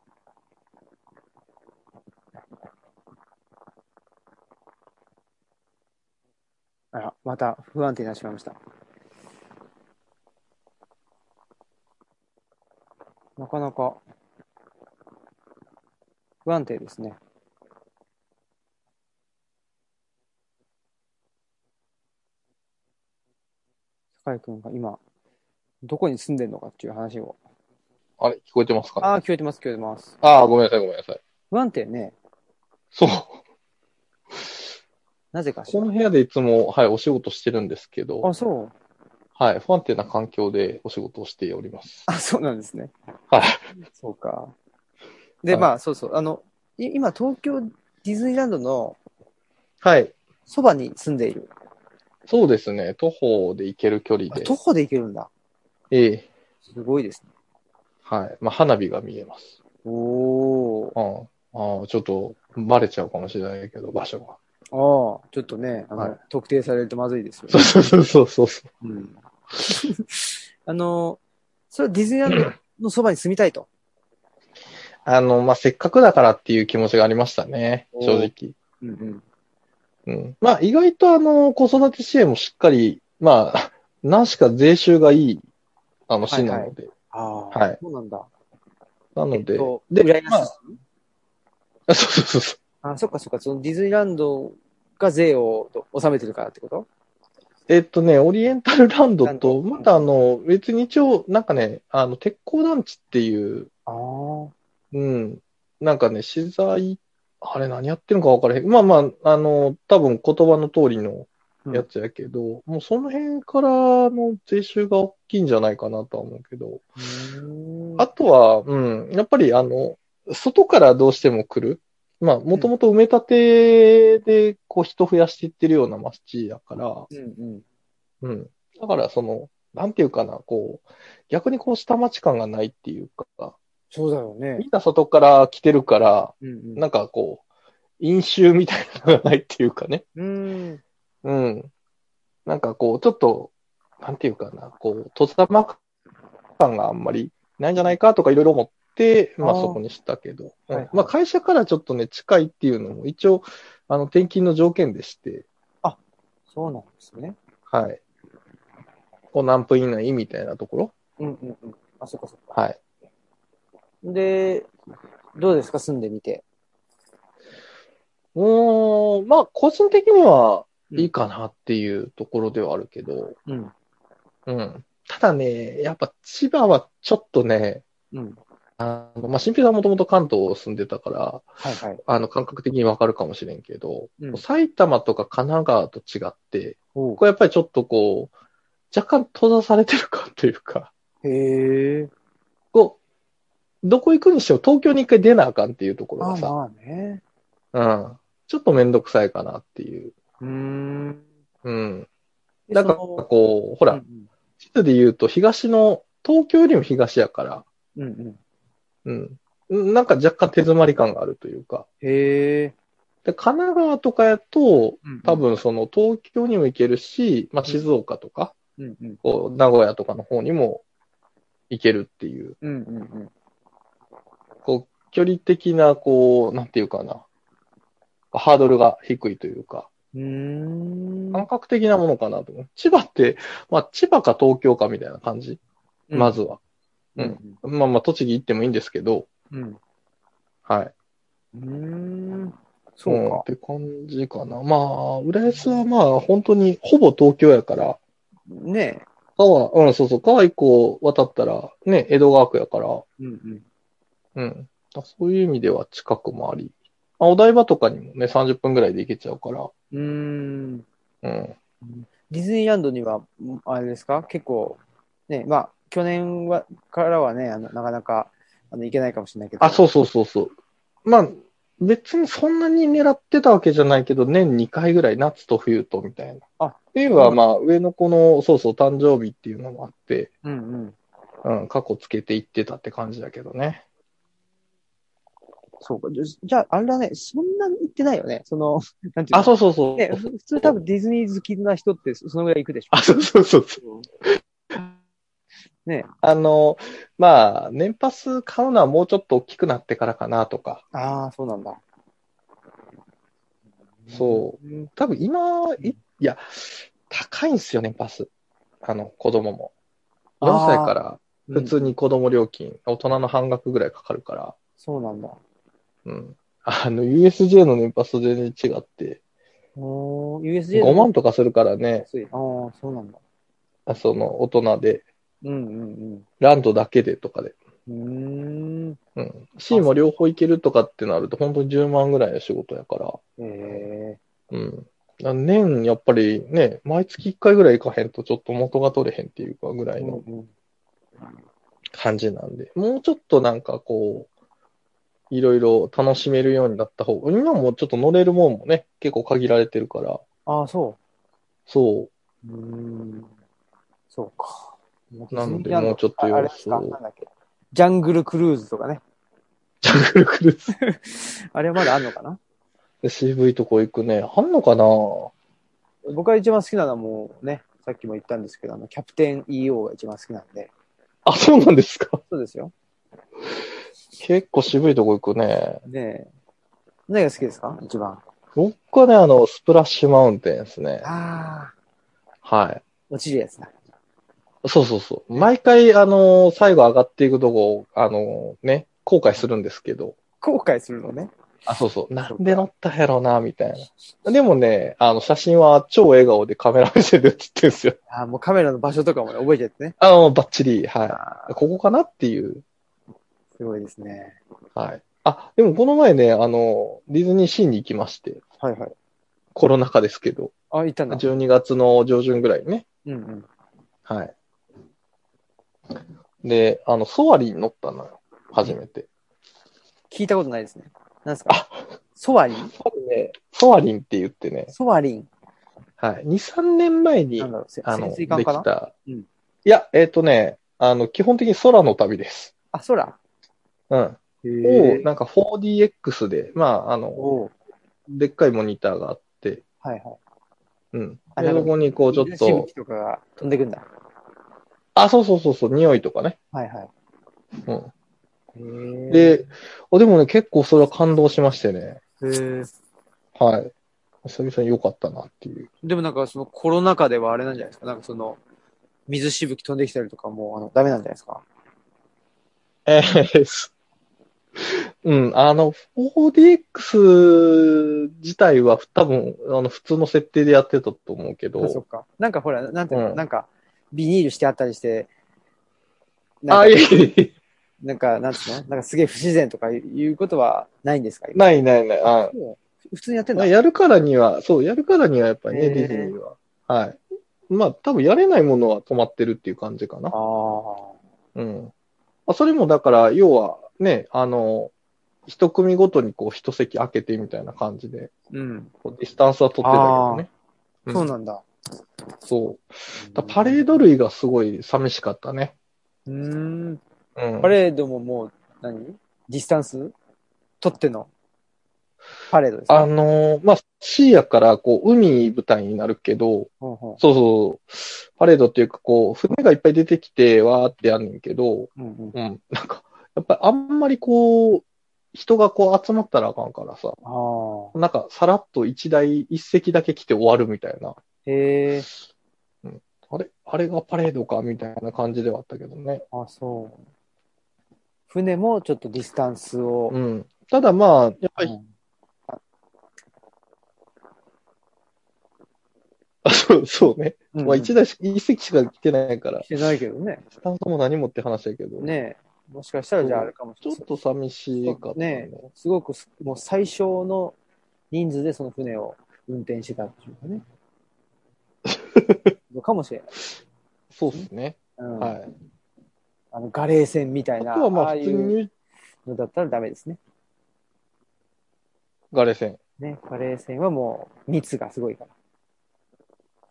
S1: あら、また不安定になってしまいました。なかなか不安定ですね。酒井君が今、どこに住んでるのかっていう話を。
S2: あれ、聞こえてますか、ね、
S1: ああ、聞こえてます、聞こえてます。
S2: ああ、ごめんなさい、ごめんなさい。
S1: 不安定ね。
S2: そう。
S1: なぜかし
S2: こ
S1: ら。
S2: の部屋でいつも、はい、お仕事してるんですけど
S1: あ、、そう。
S2: はい、不安定な環境でお仕事をしております。
S1: あ、そうなんですね。
S2: はい。
S1: そうか。で、
S2: はい
S1: まあ、そうそう。あの、い今、東京ディズニーランドの
S2: はい。
S1: そばに住んでいる。
S2: そうですね。徒歩で行ける距離
S1: あ
S2: で。
S1: 徒歩で行けるんだ。
S2: ええ。
S1: すごいですね。
S2: はい。まあ、花火が見えます。
S1: おー。
S2: うん。ああ、ちょっと、バレちゃうかもしれないけど、場所が。
S1: ああ、ちょっとね、あの、
S2: はい
S1: 特定されるとまずいですよ
S2: そう
S1: ね。
S2: そうそうそうそう。
S1: うん、 あの、それはディズニーランドのそばに住みたいと。
S2: あの、まあ、せっかくだからっていう気持ちがありましたね、正直。
S1: うんうん。
S2: うん。まあ、意外とあの、子育て支援もしっかり、まあ、 何しか税収がいい、あの、市なので。
S1: ああ、
S2: はい
S1: そうなんだ。
S2: なので、
S1: えっと、
S2: で
S1: 浦安市
S2: まあ、 そうそうそうそう。
S1: あ、そっかそっか、そのディズニーランドが税を納めてるからってこと
S2: えっとね、オリエンタルランド
S1: ランド
S2: と、またあの、別に一応、なんかね、あの、鉄鋼団地っていう、
S1: ああ。
S2: うん、なんかね、資材、あれ何やってるのか分からへん。まあまあ、あの、多分言葉の通りのやつやけど、もうその辺からの税収が大きいんじゃないかなとは思うけど、あ
S1: あ
S2: とは、うん、やっぱりあの、外からどうしても来る。まあ、もともと埋め立てで、こう人増やしていってるような街やから、
S1: うんうん。
S2: うん。だからその、なんていうかな、こう、逆にこう下町感がないっていうか、
S1: そうだよね
S2: み。んな外から来てるから、
S1: うんうん
S2: なんかこう、飲酒みたいなのがないっていうかね。
S1: うん。
S2: うん。なんかこう、ちょっと、なんていうかな、こう、とざま感があんまりないんじゃないかとかいろいろ思って、まあ
S1: あー
S2: そこにしたけど。うん
S1: はいはい
S2: まあ会社からちょっとね、近いっていうのも一応、あの、転勤の条件でして、
S1: そうなんですね。
S2: はい。こう何分以内みたいなところ
S1: うんうんうん。あ、そっかそっか。
S2: はい。
S1: で、どうですか住んでみて。
S2: うーん、まあ個人的にはいいかなっていうところではあるけど、
S1: うん。
S2: うん。ただね、やっぱ千葉はちょっとね、
S1: うん。
S2: あの、まあ、新平さんもともと関東住んでたから、
S1: はいはい。
S2: あの、感覚的にわかるかもしれんけど、
S1: うん
S2: 埼玉とか神奈川と違って、
S1: おう
S2: ここはやっぱりちょっとこう、若干閉ざされてる感というか、
S1: へえ。
S2: こう、どこ行くにしても東京に一回出なあかんっていうところ
S1: あ
S2: がさ、
S1: まあね。
S2: うん。ちょっとめんどくさいかなっていう。
S1: うーん。
S2: うん。
S1: で
S2: だから
S1: その
S2: こう、ほ
S1: う
S2: ら、
S1: ん
S2: 地図で言うと東の、東京よりも東やから、
S1: うん。うんうん。
S2: うん。なんか若干手詰まり感があるというか。
S1: へえ。
S2: で、神奈川とかやと、
S1: うんうん
S2: 多。分その東京にも行けるし、まあ、静岡とか、
S1: うんうん。
S2: こう名古屋とかの方にも行けるっていう、
S1: うんうんうん。
S2: こう距離的な、こう、なんていうかな、ハードルが低いというか、
S1: うーん。
S2: 感覚的なものかなと思う。千葉って、まあ、千葉か東京かみたいな感じ、
S1: うん
S2: まず。は。
S1: う
S2: うん
S1: ん。
S2: まあまあ、栃木行ってもいいんですけど、
S1: うん。
S2: はい。
S1: うーん。そ
S2: うん
S1: うか
S2: っ。て感じかな。まあ、浦安はまあ、本当に、ほぼ東京やから、
S1: ね
S2: 川、うん、そうそう、川一個渡ったら、ね、江戸川区やから、
S1: え。うんうん。
S2: うん。だそういう意味では近くもあり、あお台場とかにもね、30分ぐらいで行けちゃうから、
S1: うーん。
S2: うん。
S1: ディズニーランドには、んあれですか結構、ね、まあ、去年は、からはね、あの、なかなか、あの、行けないかもしれないけど。
S2: あ、そうそうそうそう。まあ、別にそんなに狙ってたわけじゃないけど、年2回ぐらい、夏と冬とみたいな。
S1: あ
S2: っていうのは、まあ、上の子の、そうそう、誕生日っていうのもあって、
S1: う。うんうん。
S2: うん、過去つけていってたって感じだけどね。
S1: そうか。じゃじゃあ、あれだね、そんなに行ってないよね。その、なんていうの
S2: あ、そうそうそう。
S1: ね、ふ普通多分ディズニー好きな人ってそそのぐらい行くでしょ。
S2: あ、そうそうそうそう。
S1: ね。
S2: あの、まあ、年パス買うのはもうちょっと大きくなってからかなとか、
S1: ああ、そうなんだ。。
S2: そう
S1: うん、
S2: 多分今、いいや、高いんすよ、年パス。あの、子供も。
S1: あー
S2: 4歳から普
S1: うん
S2: 通に子供料金、大人の半額ぐらいかかるから、
S1: そうなんだ。
S2: うん。あの、USJ の年パスと全然違って、
S1: おー USJ
S2: 5
S1: の
S2: 万とかするからね、
S1: 安い。ああ、そうなんだ。
S2: あその、大人で、
S1: うんうん
S2: ランドだけでとかで。
S1: うん。う
S2: うん。C も両方いけるとかってなると、本当に10万ぐらいの仕事やから、
S1: ーん。え
S2: うん。だから年、やっぱりね、毎月1回ぐらい行かへんと、ちょっと元が取れへんっていうか、ぐら
S1: え
S2: いの
S1: うんうん
S2: 感じなんで、もうちょっとなんかこう、いろいろ楽しめるようになった方が、今もちょっと乗れるもんもね、結構限られてるから、
S1: ああ、そ。
S2: そ
S1: う
S2: う
S1: ーん。そうか。
S2: う、なの
S1: ディズニ
S2: で
S1: ーランド
S2: もうちょっと
S1: ああれ
S2: 様
S1: です
S2: 子
S1: か
S2: を
S1: なん。だっけジャングルクルーズとかね。
S2: ジャングルクルーズ
S1: あれはまだあるのかな
S2: 渋いとこ行くね。あんのかな
S1: 僕が一番好きなのはもうね、さっきも言ったんですけど、あの、キャプテン EO が一番好きなんで。
S2: あ、そうなんですか。
S1: そうですよ。
S2: 結構渋いとこ行くね。
S1: で、何が好きですか一番。
S2: 僕はね、あの、スプラッシュマウンテンですね。
S1: ああ、
S2: はい。
S1: 落ちるやつだ。
S2: そうそうそう。毎回、あの最後上がっていくとこ、あのね、後悔するんですけど。
S1: 後悔するのね。
S2: あ、そうそう。なんで乗ったんやろうな、みたいな。でもね、あの、写真は超笑顔でカメラ目線で写ってるんですよ。
S1: ああ、もうカメラの場所とかもね、覚えちゃってね。
S2: あの、バッチリ、は
S1: あ
S2: い。
S1: あ、
S2: ここかなっていう、
S1: すごいですね。
S2: はい。あ、でもこの前ね、あの、ディズニーシーに行きまして、
S1: はいはい。
S2: コロナ禍ですけど、
S1: あ、行ったんだ。
S2: 12月の上旬ぐらいにね。
S1: うんうん。
S2: はい。で、あの、ソアリンに乗ったのよ。初めて。
S1: 聞いたことないですね。なんですかソワリン
S2: 多分ね、ソアリンって言ってね、
S1: ソワリン。
S2: はい。2、3年前に
S1: なん、だろう、せ
S2: あの、
S1: 潜
S2: で
S1: 水
S2: き
S1: 艦かな
S2: た。
S1: うん
S2: いや、えっ、とね、あの、基本的に空の旅です。
S1: あ、空。
S2: うん。を、なんか 4DX で、まあ、あの、
S1: おう
S2: でっかいモニターがあって、
S1: はいはい。
S2: うん。
S1: あ
S2: で
S1: なるほど
S2: そこにこう、ちょっ
S1: 水しぶ
S2: と
S1: き、とかが飛んでくんだ。
S2: あ、そうそうそうそう、匂いとかね。
S1: はいはい。
S2: うん。
S1: へー、
S2: で、あでもね、結構それは感動しましてね。
S1: へー
S2: はい。久々に良かったなっていう。
S1: でもなんかそのコロナ禍ではあれなんじゃないですか。なんかその、水しぶき飛んできたりとかもうあのダメなんじゃないですか。
S2: えーすうん、あの、4DX 自体は多分、あの、普通の設定でやってたと思うけ
S1: あそっ
S2: ど、
S1: か。なんかほら、なんていうの、
S2: うん
S1: なんか、ビニールしてあったりして、なん
S2: あ、
S1: か
S2: いえいえいえ
S1: なんか、なんつうのなんかすげえ不自然とかいうことはないんですか今
S2: ないないない。あ
S1: もう普通にやってん
S2: ま
S1: だ。
S2: あやるからには、そう、やるからにはやっぱりね、
S1: へー
S2: ディズニーは。はい。まあ、多分やれないものは止まってるっていう感じかな
S1: あ。あ。
S2: うん。あ、それもだから、要はね、あの、一組ごとにこう一席空けてみたいな感じで、
S1: うん。
S2: こうディスタンスは取ってたけどね。うん
S1: そうなんだ。
S2: そう。だからパレード類がすごい寂しかったね。
S1: うーん。
S2: うん。
S1: パレードももう何、ディスタンス取ってのパレードですか
S2: あのまあ、シーやから、こう、海舞台になるけど、
S1: ほうほ
S2: そうそう、パレードっていうか、こう、船がいっぱい出てきて、わーってやんねんけど、
S1: う。うんうん。
S2: うん。なんか、やっぱりあんまりこう、人がこう集まったらあかんからさ、
S1: ああ。
S2: なんかさらっと一台、一席だけ来て終わるみたいな。
S1: へえ。
S2: あれあれがパレードかみたいな感じではあったけどね。
S1: あ、そう。船もちょっとディスタンスを。
S2: うん。ただまあ、やっぱ
S1: う
S2: り、
S1: ん
S2: あそうそうね。
S1: うん
S2: まあ一台し、一席しか来てないから
S1: し、てないけどね。
S2: スタンスも何もって話だけど、
S1: ねえ。もしかしたらじゃああれかもし
S2: ち
S1: れ
S2: ょ
S1: な
S2: っ
S1: い。
S2: と寂しかったね。
S1: すごくす、もう最小の人数でその船を運転してたっていうか ね。のかもしれない。
S2: そうですね。
S1: うん
S2: はい。
S1: あのガレー船みた
S2: あ
S1: い
S2: と
S1: な、
S2: はま
S1: あ
S2: あ
S1: あ
S2: 普
S1: い
S2: 通にミ
S1: う
S2: ュー
S1: のだったらダメですね。
S2: ガレ線。
S1: ね、ガレー船はもう密がすごいから。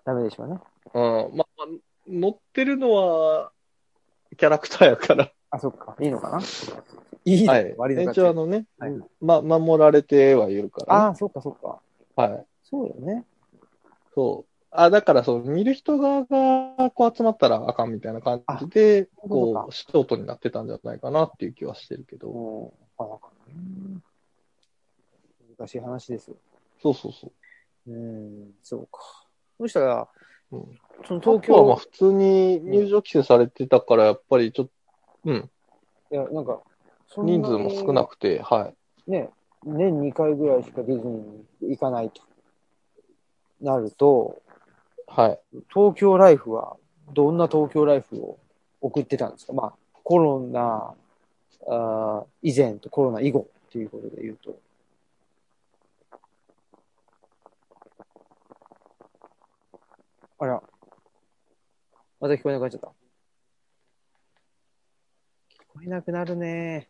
S1: ダメでしょうね。
S2: うん。まあ、まあ乗ってるのは、キャラクターやから。
S1: あ、そっか。いいのかないいの、
S2: はい。
S1: 悪いのか
S2: 一応あのね、
S1: はい
S2: ま、守られてはいるから、
S1: あ
S2: ね。
S1: あ、そっかそっか。
S2: はい。
S1: そうよね。
S2: そう。あ、だからそう、見る人側がこう集まったらあかんみたいな感じで、
S1: あそういうこと
S2: こう、ショートになってたんじゃないかなっていう気はしてるけど。
S1: うん。あなんかうん難しい話ですよ。
S2: そうそうそう
S1: ーん、そうか。そしたら、
S2: う。うん、
S1: その東
S2: 東京はま
S1: 京、
S2: あ普通に入場規制されてたから、やっぱりちょっと、うん、
S1: いや、なんか、そんなに
S2: 人数も少なくて、はい。
S1: ね、年2回ぐらいしかディズニーに行かないとなると、
S2: はい。
S1: 東京ライフは、どんな東京ライフを送ってたんですかまあ、コロナあー以前とコロナ以後っていうことで言うと。あら、また聞こえなくなっちゃった。聞こえなくなるね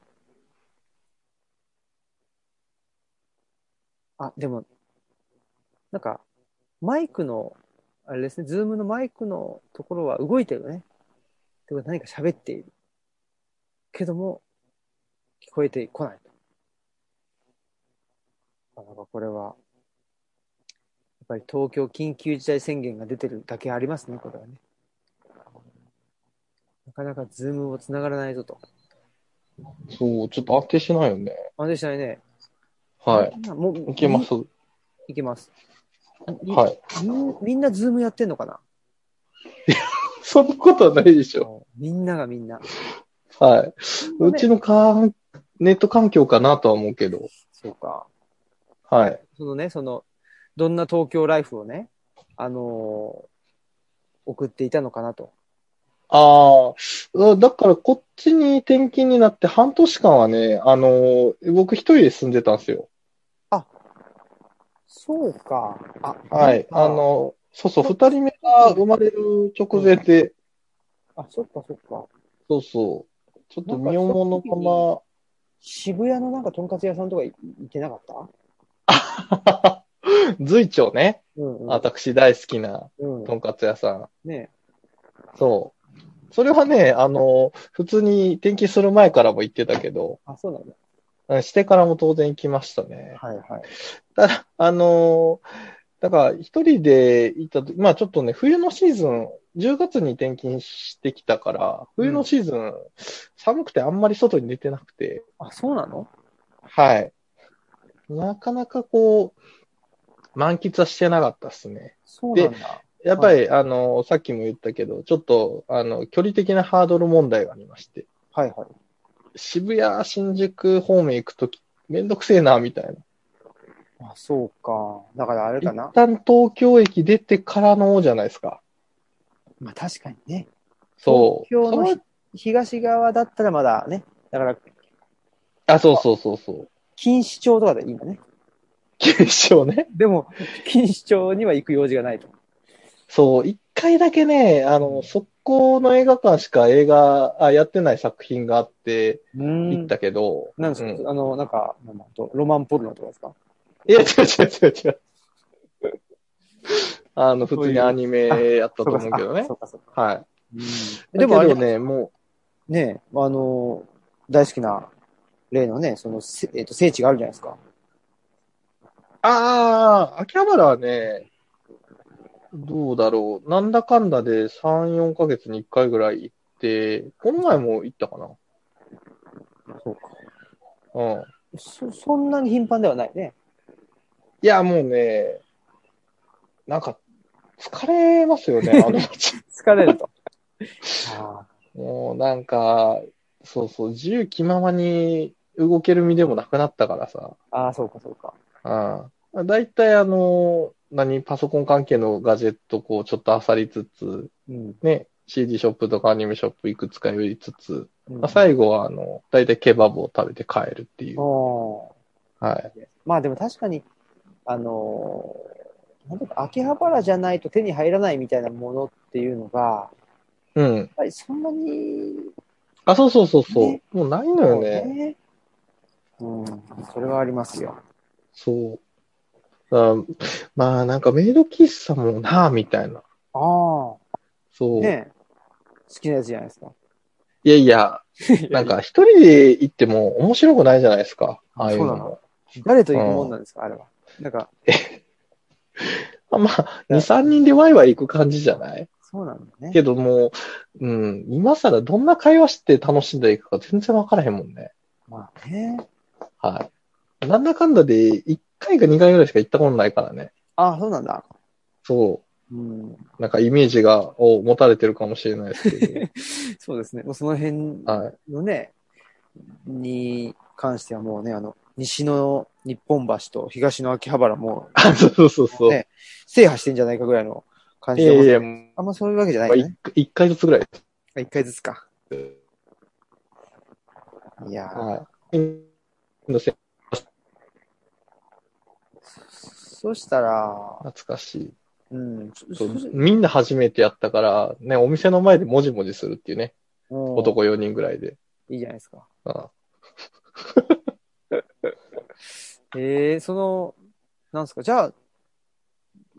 S1: あ、でも、なんか、マイクの、あれですね、ズームのマイクのところは動いてるね。ってことは何か喋っている。けども、聞こえてこないと。あなんかこれは、やっぱり東京緊急事態宣言が出てるだけありますね、これはね。なかなかズームも繋がらないぞと。
S2: そう、ちょっと安定しないよね。
S1: 安定しないね。
S2: はい。
S1: みんな。もう、
S2: いけます。
S1: い。いけます。。
S2: はいい。
S1: みんみんなズームやってんのかな
S2: そんなことはないでしょ。
S1: みんながみんな。
S2: はい。うちのかんネット環境かなとは思うけど。
S1: そうか。
S2: はい。
S1: そのね、その、どんな東京ライフをね、あのー送っていたのかなと。
S2: ああ、だからこっちに転勤になって半年間はね、あのー僕一人で住んでたんですよ。
S1: そうか。あ、
S2: はい。あ、のーそうそう、二人目が生まれる直前で、
S1: あ、そっかそっか。
S2: そうそう、ちょっと身重のま
S1: 渋谷のなんかとんかつ屋さんとかい行ってなかった
S2: ま、 随町ね、
S1: うん、うん。
S2: 私大好きな
S1: うん
S2: と。んかつ屋さん。
S1: ね
S2: そそれはね、あの、普通に転勤する前からも言ってたけど、
S1: あ、そうなんだ。
S2: うんしてからも当然行きましたね。
S1: はいはい。
S2: ただ、あのーだから一人で行ったとまあちょっとね、冬のシーズン、10月に転勤してきたから、冬のシーズン、寒くてあんまり外に出てなくて、
S1: あ、そうなの
S2: はい。なかなかこう、満喫はしてなかったですね。
S1: そうなんだ。
S2: やっぱり、あの、さっきも言ったけど、ちょっと、あの、距離的なハードル問題がありまして、
S1: はいはい。
S2: 渋谷、新宿方面行くとき、めんどくせえな、みたいな。
S1: あ、そうか。だからあれかな
S2: 一。旦東京駅出てからのじゃないですか。
S1: まあ確かにね。
S2: そう。
S1: 東京の
S2: そ
S1: ひ東側だったらまだね。だから、
S2: あ、そうそうそうそう。
S1: 錦糸町とかでいいんだね。
S2: 決勝ね。
S1: でも、 錦糸町には行く用事がないと。
S2: そう、一回だけね、あの、速攻の映画館しか映画、あ、やってない作品があって、
S1: う
S2: 行っ
S1: ん。
S2: たけど、
S1: なんですか、
S2: うん
S1: あの、なんか、なんだとロマンポルノとかですか
S2: いや、違う違う違う違 う。あの、普通にアニメやったと思うけどね
S1: そ。うかそうか。
S2: は
S1: うん
S2: い。
S1: でもあれ
S2: だ
S1: だ
S2: けどね、も
S1: ね、あの、大好きな例のね、その、せえっ、と、聖地があるじゃないですか。
S2: う、ああ、秋葉原はね、どうだろう。なんだかんだで3、4ヶ月に1回ぐらい行って、この前も行ったかな。
S1: そうか。
S2: うん。
S1: そ、そんなに頻繁ではないね。
S2: いや、もうね、なんか、疲れますよね、あの街。
S1: 疲れると。 あ
S2: もうなんか、そうそう、自由気ままに動ける身でもなくなったからさ。
S1: ーあー、そうかそうか。
S2: うん。だいたいあの、何、パソコン関係のガジェットこう、ちょっと漁りつつ、
S1: うん。
S2: ね、CD ショップとかアニメショップいくつか寄りつつ、まあ、
S1: 後。
S2: 最後はあの、だいたいケバブを食べて帰るっていう。
S1: あー
S2: はい。
S1: まあでも確かに、あのーなんていうか、秋葉原じゃないと手に入らないみたいなものっていうのが、
S2: うん
S1: やっ。ぱりそんなに、
S2: あ、そうそうそうそう。
S1: ね
S2: もうないのよね。
S1: うん、それはありますよ。
S2: そう。あまあ、なんかメイド喫茶もな、みたいな。
S1: あ
S2: そ
S1: あ、
S2: う。
S1: ねえ好きなやつじゃないです か。
S2: いやいや、なんか一人で行っても面白くないじゃないですか。ああいう
S1: そう
S2: の
S1: なの
S2: も。
S1: 誰と行くもんなんですか、あれは。なんか、
S2: あまあ、2、3人でワイワイ行く感じじゃない
S1: そうなんだね。
S2: けどもう、うん、今更どんな会話して楽しんでいくか全然わからへんもんね。
S1: まあね。
S2: はい。なんだかんだで1回か2回ぐらいしか行ったことないからね。
S1: ああ、そうなんだ。
S2: そ
S1: うん、
S2: う。なんかイメージが、を持たれてるかもしれないですけ
S1: そうですね。もうその辺
S2: ど。はい。
S1: のね、に関してはもうね、あの、西の日本橋と東の秋葉原も
S2: あそうそうそう。
S1: ね制覇してんじゃないかぐらいの感
S2: い
S1: じ
S2: や
S1: で、
S2: いや、もう
S1: あんまそういうわけじゃない
S2: まあ
S1: よ
S2: 一
S1: ね。
S2: 一回ずつぐらい。
S1: あ一回ずつか。いやー
S2: はい。のせ
S1: そしたら、
S2: 懐かしい。
S1: うん、そ
S2: そ
S1: そうう
S2: みんな初めてやったから、ね、お店の前でもじもじするっていうね、
S1: うん
S2: 男4人ぐらいで。
S1: いいじゃないですか。
S2: あ
S1: えー、その、なんですか、じゃあ、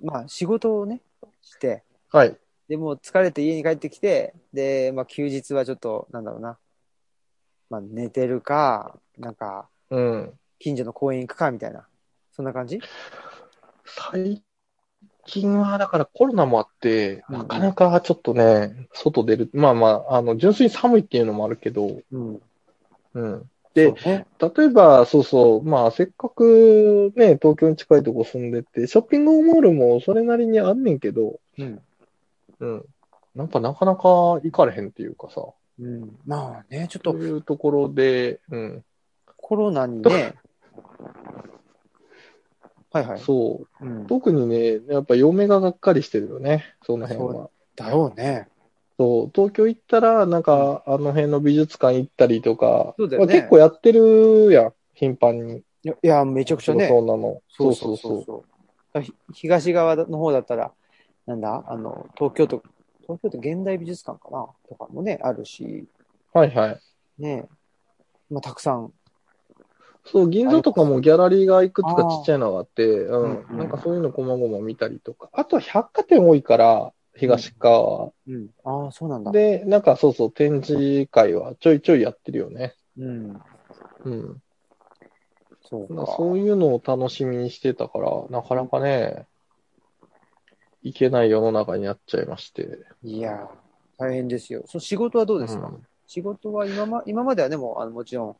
S1: まあ仕事をね、して、
S2: はい。
S1: で、もう疲れて家に帰ってきて、で、まあ休日はちょっと、なんだろうな。まあ寝てるか、なんか、
S2: うん。
S1: 近所の公園行くか、みたいな。そんな感じ
S2: 最近は、だからコロナもあって、
S1: うん
S2: なかなかちょっとね、外出る。まあまあ、あの、純粋に寒いっていうのもあるけど、
S1: うん。
S2: うん。で
S1: そうね、
S2: 例えば、そうそう、まあ、せっかくね、東京に近いとこ住んでて、ショッピングモールもそれなりにあんねんけど、
S1: うん。
S2: うん。なんかなかなか行かれへんっていうかさ、
S1: うん。まあね、ちょっ
S2: と
S1: と
S2: いうところで、うん。
S1: コロナに ね、はいはい。
S2: そう。
S1: うん。
S2: 特にね、やっぱ嫁ががっかりしてるよね、その辺は。
S1: だろうね。
S2: そう、東京行ったら、なんか、あの辺の美術館行ったりとか、
S1: そうだよね
S2: まあ結構やってるやん、頻繁に。
S1: いや、いやめちゃくちゃね。
S2: そうなの。そうそうそう。
S1: そうひ東側の方だったら、なんだ、あの、東京都、東京都現代美術館かなとかもね、あるし、
S2: はいはい。
S1: ね、まあ、たくさん。
S2: そう、銀座とかもギャラリーがいくつかちっちゃいのがあって、
S1: うん
S2: う
S1: うん
S2: ん。なんかそういうのこまごま見たりとか。あとは百貨店多いから、東側
S1: うん。ああ、そうなんだ。
S2: で、なんかそうそう、展示会はちょいちょいやってるよね。
S1: うん。
S2: うん。
S1: そう
S2: ま
S1: か
S2: あ。そういうのを楽しみにしてたから、なかなかね、いけない世の中になっちゃいまして。
S1: いやー、大変ですよ。その仕事はどうですか、
S2: うん
S1: 仕事は今ま、今まではでも、あの、もちろん、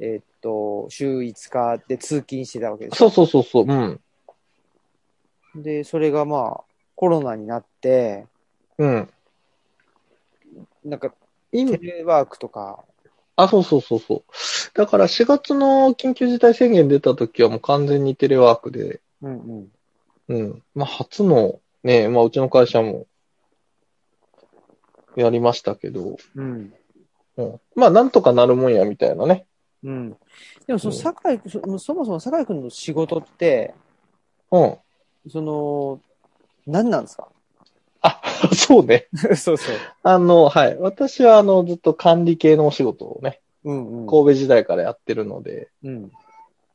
S1: えーっと、週5日で通勤してたわけです
S2: そうそうそうそう、うん。
S1: で、それがまあ、コロナになって、
S2: うん。
S1: なんか、
S2: 今
S1: テ、レワークとか、
S2: あ、そうそうそうそう。だから4月の緊急事態宣言出た時はもう完全にテレワークで、
S1: うんうん。
S2: うん。まあ初の、ね、まあうちの会社も、やりましたけど、
S1: うん。
S2: うん。まあなんとかなるもんや、みたいなね。
S1: うん。でも、その、酒井君、そそもそも酒井君の仕事って、
S2: うん。
S1: その、何なんですか
S2: あ、そうね。
S1: そうそう。
S2: あの、はい。私は、あの、ずっと管理系のお仕事をね、
S1: うんうん。
S2: 神戸時代からやってるので、
S1: うん。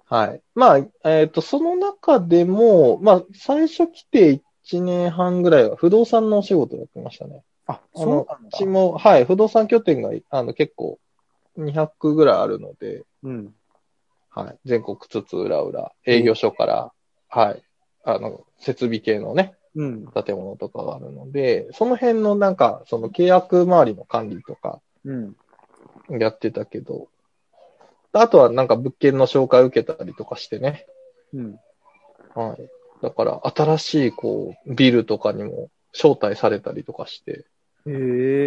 S2: はい。まあ、えっ、と、その中でも、まあ、最初来て1年半ぐらいは不動産のお仕事をやってましたね。
S1: あ、
S2: あの
S1: そうなん
S2: う
S1: だ
S2: ち。も、はい、不動産拠点が、あの、結構、200ぐらいあるので、
S1: うん。
S2: はい。全国津々浦々、営業所から、はい。あの、設備系のね、
S1: うん。
S2: 建物とかがあるので、その辺のなんか、その契約周りの管理とか、
S1: うん。
S2: やってたけど、あとはなんか物件の紹介受けたりとかしてね。
S1: うん。
S2: はい。だから新しいこう、ビルとかにも招待されたりとかして、
S1: へ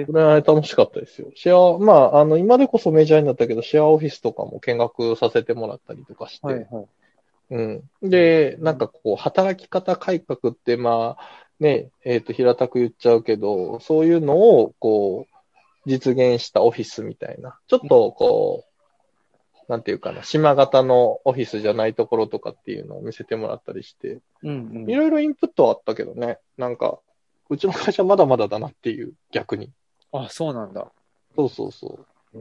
S1: え
S2: こ。れは楽しかったですよ。シェア、まあ、あの、今でこそメジャーになったけど、シェアオフィスとかも見学させてもらったりとかして、
S1: はいはい。
S2: うん。で、なんかこう、働き方改革って、まあ、ね、えっ、と、平たく言っちゃうけど、そういうのを、こう、実現したオフィスみたいな、ちょっとこう、なんていうかな、島型のオフィスじゃないところとかっていうのを見せてもらったりして、
S1: うん
S2: いろいろインプットはあったけどね、なんか、うちの会社まだまだだなっていう、逆に。
S1: あ、そうなんだ。
S2: そうそうそ。
S1: え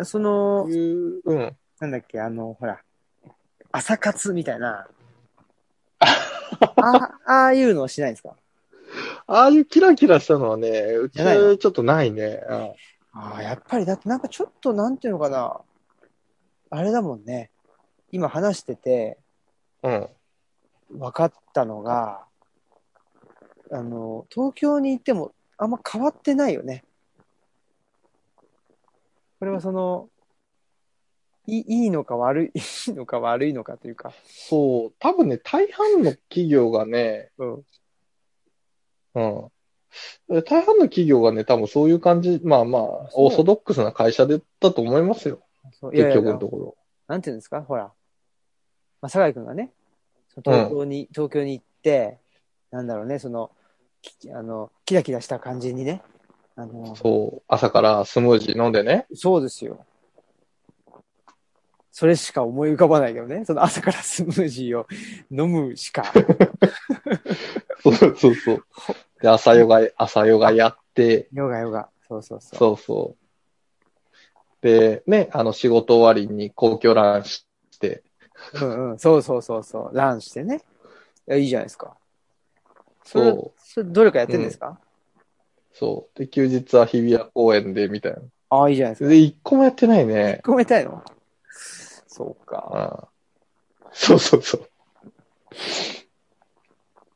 S1: え。そうの、
S2: いう、うん。
S1: なんだっけ、あの、ほら、朝活みたい な。あああいうのはしないんですか
S2: ああいうキラキラしたのはね、うち
S1: じゃないの
S2: ちょっとないね。うん
S1: ああ、やっぱり、だってなんかちょっと、なんていうのかな。あれだもんね。今話してて、
S2: うん。
S1: 分かったのが、あの、東京に行ってもあんま変わってないよね。これはその、いいいのか悪い、 いいのか悪いのかというか。
S2: そう、多分ね、大半の企業がね、
S1: うん。
S2: うん。大半の企業がね、多分そういう感じ、まあまあ、
S1: そう
S2: オーソドックスな会社でだと思いますよ。
S1: そういやい
S2: 結
S1: や
S2: 局のところ。
S1: なんていうんですかほら。まあ、酒井君がね、その東京に、東京に行って、なんだろうね、その、きあの、キラキラした感じにね。あの、
S2: そう、朝からスムージー飲んでね。
S1: そうですよ。それしか思い浮かばないけどね。その朝からスムージーを飲むしか。
S2: そうそうそう。で、朝ヨガ、朝ヨガやって、
S1: ヨガヨガ。そうそうそう。
S2: そうそう。で、ね、あの、仕事終わりに公共ランして、
S1: うんうん。そうそうそうそう。ランしてね。いや、いいじゃないですか。それ
S2: そ、
S1: それどれかやってんですか、
S2: そう。で、休日は日比谷公園で、みたい
S1: ああ、いいじゃないです
S2: な。
S1: か。
S2: で、一個もやってないね。
S1: 込めたいのそうか。
S2: ああそうそうそう。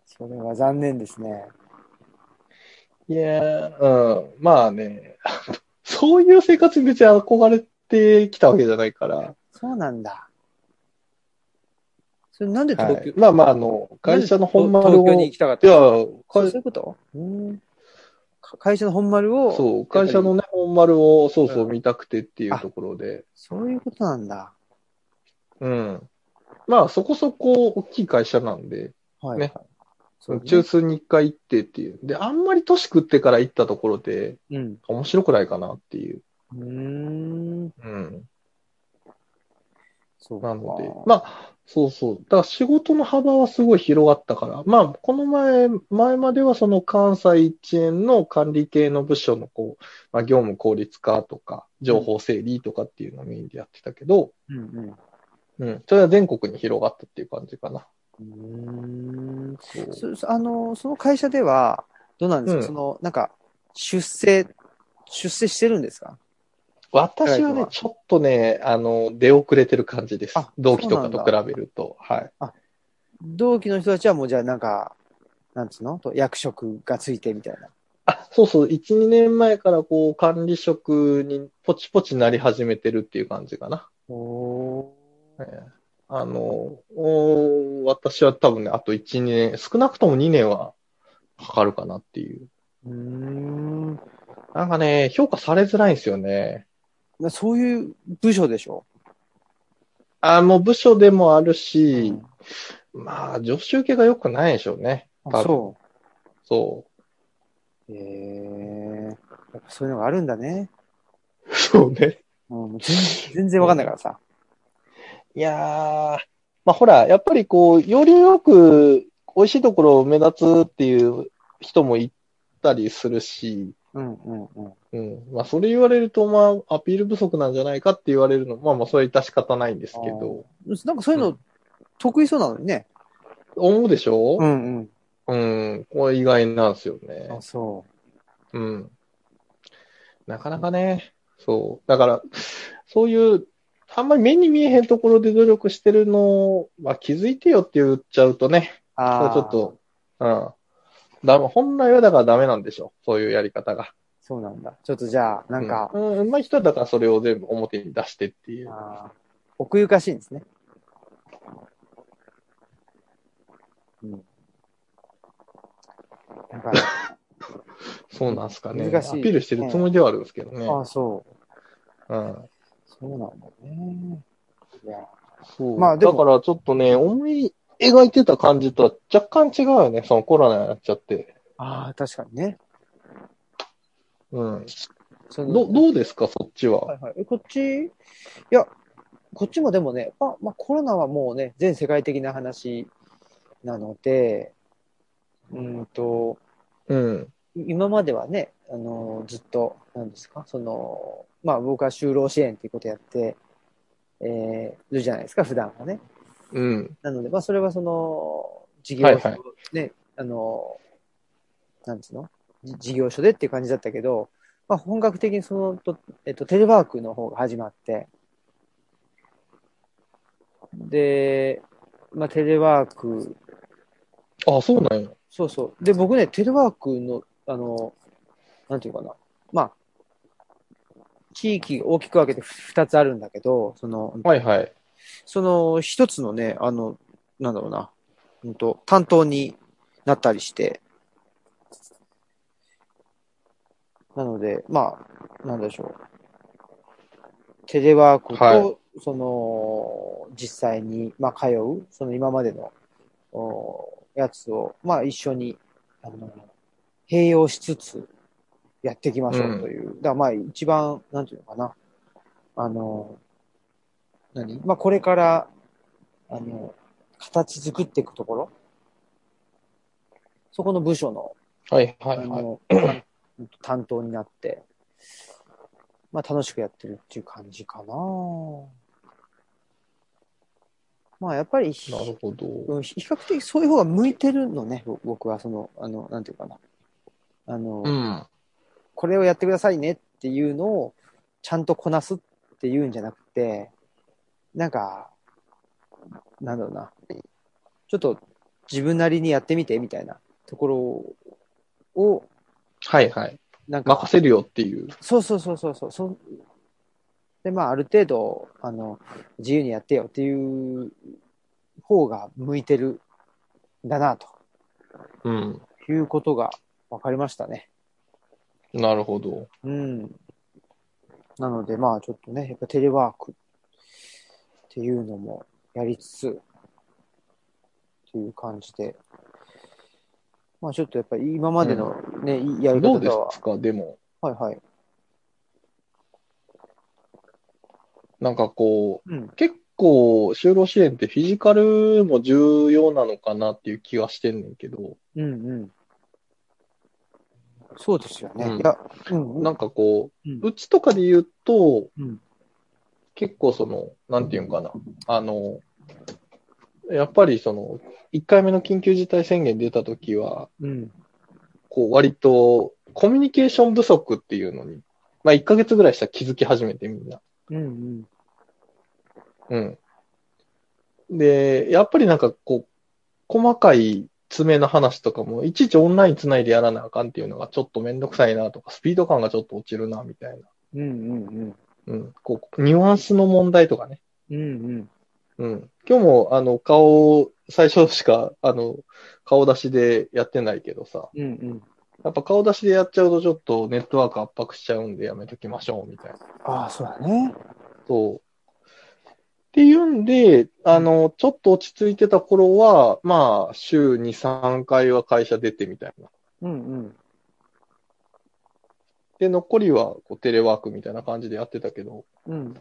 S1: それは残念ですね。
S2: いやー、うん、まあね、 そういう生活に別に憧れてきたわけじゃないから、
S1: そうなんだ。それなんで
S2: は
S1: 東京、
S2: い、まあまあ、あの、会社の本丸を、
S1: 東京に
S2: い
S1: 行きたかった
S2: や、
S1: そう
S2: 会
S1: そういうことうんか会社の本丸を、そう
S2: そう、会社のね、本丸を、そうそうう、
S1: ん
S2: 見たくてっていうところで、
S1: いうことなんだ。
S2: うん。まあ、そこそこ大きい会社なんで、
S1: はい。
S2: ね
S1: そうね
S2: 中枢に一回行ってっていう。で、あんまり年食ってから行ったところで、
S1: うん。
S2: 面白くないかなっていう。
S1: うーん。
S2: うん。
S1: そうか。
S2: なので、まあ、そうそう。だから仕事の幅はすごい広がったから、まあ、この前、前まではその関西一円の管理系の部署のこう、まあ、業務効率化とか、情報整理とかっていうのをメインでやってたけど、
S1: うんうん。
S2: うん、それは全国に広がったっていう感じかな。
S1: うーん
S2: そう
S1: そそあのその会社では、どうなんですか、
S2: うん
S1: その、なんか、出世、出世してるんですか
S2: 私
S1: 高い
S2: は
S1: 子
S2: ね
S1: は、
S2: ちょっとね、あの、出遅れてる感じです
S1: あ。
S2: 同期と
S1: そ
S2: か
S1: うな
S2: と
S1: んだ
S2: 比べると。はい。
S1: 同期の人たちはもうじゃあなんか、なんつうのと役職がついてみたいな。
S2: あ、そうそう、1、2年前からこう、管理職にポチポチなり始めてるっていう感じかな。
S1: お
S2: ええあの、おー私は多分ね、あと1、2年、少なくとも2年はかかるかなっていう。
S1: うーん。
S2: なんかね、評価されづらいんですよね。
S1: まあそういう部署でしょ
S2: あの、部署でもあるし、
S1: うん
S2: まあ、女子受けが良くないでしょうね。
S1: あそ。
S2: そう
S1: へえやっぱそういうのがあるんだね。
S2: う。そうね。
S1: うん、全全然わかんないからさ。
S2: いやー、まあほら、やっぱりこう、よりよく美味しいところを目立つっていう人もいたりするし、
S1: うんうんうん。
S2: うん。まあそれ言われると、まあアピール不足なんじゃないかって言われるの、まあまあそれは致し方ないんですけど、
S1: なんかそういう
S2: う
S1: の
S2: ん
S1: 得意そうなのにね。
S2: 思うでしょ
S1: んうん。
S2: うん。これ意外なんですよね。
S1: あ、そ
S2: うん。なかなかね、そう。だから、そういう、あんまり目に見えへんところで努力してるのは気づいてよって言っちゃうとね、
S1: う。
S2: それ
S1: あ
S2: は
S1: あ。
S2: ちょっ。と、うん。だ本来はだからダメなんでしょ。そういうやり方が。
S1: そうなんだ。ちょっとじゃあ、なんか、
S2: うん、うん、うまい人はだからそれを全部表に出してっていう。
S1: あー奥ゆかしいんですね。うん。だ から、
S2: そうなんすかね。
S1: 難しい
S2: アピールしてるつもりではあるんですけどね。
S1: ああ、そう。
S2: うん。
S1: そうなんだね。いや、
S2: そう。
S1: まあでも
S2: だからちょっとね、思い描いてた感じとは若干違うよね。そのコロナになっちゃって。
S1: ああ、確かにね。
S2: うん。
S1: その
S2: ど、どうですか、そっち
S1: は
S2: は。
S1: いはい。え、こっち、いや、こっちもでもね、まあ、まあ、コロナはもうね、全世界的な話なので、うーんと、
S2: うん。
S1: 今まではね、あの、ずっと、なんですか、その、まあ、僕は就労支援っていうことやって、えー、るじゃないですか、普段はね。
S2: うん。
S1: なので、まあ、それはその、事業所、
S2: はいはい
S1: ね、あの、なんつうのじ事業所でっていう感じだったけど、まあ、本格的にその、とえっと、テレワークの方が始まって、で、まあ、テレワーク、
S2: あ、そうなんや。
S1: そうそう。で、僕ね、テレワークの、あの、なんていうかな、まあ、地域大きく分けて二つあるんだけど、その、
S2: はいはい。
S1: その一つのね、あの、なんだろうな、うんと、担当になったりして、なので、まあ、なんでしょう。テレワークと、
S2: はい
S1: その、実際に、まあ、通う、その今までの、おやつを、まあ、一緒に、あの、併用しつつ、やっていきましょうという。だから、まあ、一番、なんていうのかな。あの、何まあ、これから、あの、形作っていくところそこの部署の、
S2: はいは
S1: あ
S2: いはい。
S1: の、 担当になって、まあ、楽しくやってるっていう感じかな。まあ、やっぱり、
S2: なるほど。
S1: うん比較的そういう方が向いてるのね、ぼ僕は、その、あの、なんていうかな。あの、
S2: うん。
S1: これをやってくださいねっていうのを、ちゃんとこなすっていうんじゃなくて、なんか、なんだろうな。ちょっと自分なりにやってみてみたいなところを、
S2: はいはい。
S1: なんか、
S2: 任せるよっていう。
S1: そうそうそうそうそう。そうで、まあ、ある程度、あの、自由にやってよっていう方が向いてるんだな、と
S2: うん。
S1: いうことが分かりましたね。
S2: なるほど。
S1: うん。なので、まあ、ちょっとね、やっぱテレワークっていうのもやりつつ、っていう感じで。まあ、ちょっとやっぱり今までのね、いいやり
S2: ど
S1: 方
S2: うで
S1: とは、
S2: すか、でも。
S1: はいはい。
S2: なんかこ
S1: うん。
S2: う、結構、就労支援ってフィジカルも重要なのかなっていう気はしてんねんけど、
S1: うんうん。そうですよね。
S2: うん
S1: いや、うん、
S2: なんかこ
S1: う
S2: う、
S1: ん、
S2: うちとかで言うと、
S1: うん。
S2: 結構その、なんていうんかな。あの、やっぱりその、1回目の緊急事態宣言出た時は、
S1: うん。
S2: こう、割と、コミュニケーション不足っていうのに、まあ、1ヶ月ぐらいしたら気づき始めてみんな。
S1: うんうん。
S2: うん。で、やっぱりなんかこう、細かい爪の話とかも、いちいちオンライン繋いでやらなあかんっていうのがちょっとめんどくさいなとか、スピード感がちょっと落ちるな、みたいな。
S1: うんうんうん。
S2: うん。こう、ニュアンスの問題とかね。
S1: うんうん。
S2: うん。今日も、あの、顔、最初しか、あの、顔出しでやってないけどさ、
S1: うんうん。
S2: やっぱ顔出しでやっちゃうとちょっとネットワーク圧迫しちゃうんでやめときましょう、みたいな。
S1: ああ、そうだね。
S2: そう。っていうんで、あの、ちょっと落ち着いてた頃は、まあ、週2、3回は会社出てみたいな。
S1: うんうん。
S2: で、残りはこうテレワークみたいな感じでやってたけど、
S1: うん。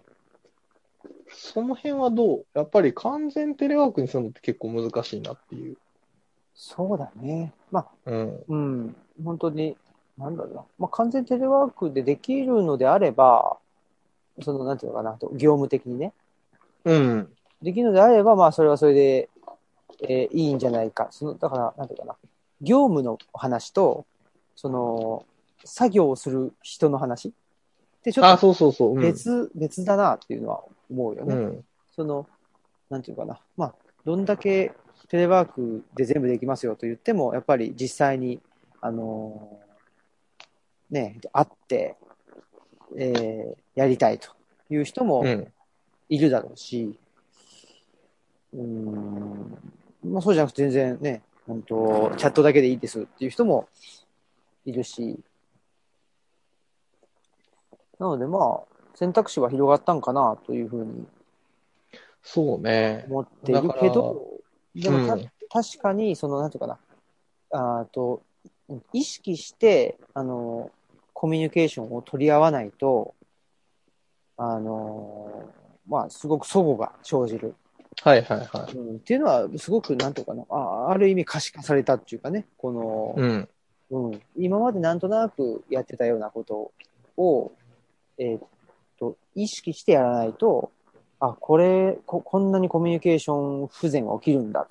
S2: その辺はどうやっぱり完全テレワークにするのって結構難しいなっていう。
S1: そうだね。まあ、
S2: うん。
S1: うん。本当に、なんだろうな。まあ、完全テレワークでできるのであれば、その、なんていうのかな、と業務的にね。
S2: うん。
S1: できるのであれば、まあ、それはそれで、えーいいんじゃないか。その、だから、なんていうかな。業務の話と、その、作業をする人の話ってちょ
S2: あ、
S1: っと
S2: そうそうそう。うん、
S1: 別、別だなっていうのは思うよね。
S2: うん。
S1: その、なんていうかな。まあ、どんだけテレワークで全部できますよと言っても、やっぱり実際に、あのーね、会って、えーやりたいという人も、
S2: うん。
S1: いるだろうし、うーん、まあ、そうじゃなくて全然ね、本当チャットだけでいいですっていう人もいるし、なのでまあ、選択肢は広がったんかなというふうに
S2: そうね。
S1: 思っているけど、でもた、
S2: うん
S1: 確かに、その、なんていうかな、あーと、意識して、あの、コミュニケーションを取り合わないと、あの、まあ、すごく齟齬が生じる。
S2: はいはいはい。
S1: うん、っていうのは、すごく、なんていうかな、あある意味可視化されたっていうかね、この、
S2: うん。
S1: うん、今までなんとなくやってたようなことを、えーっと、意識してやらないと、あ、これこ、こんなにコミュニケーション不全が起きるんだ、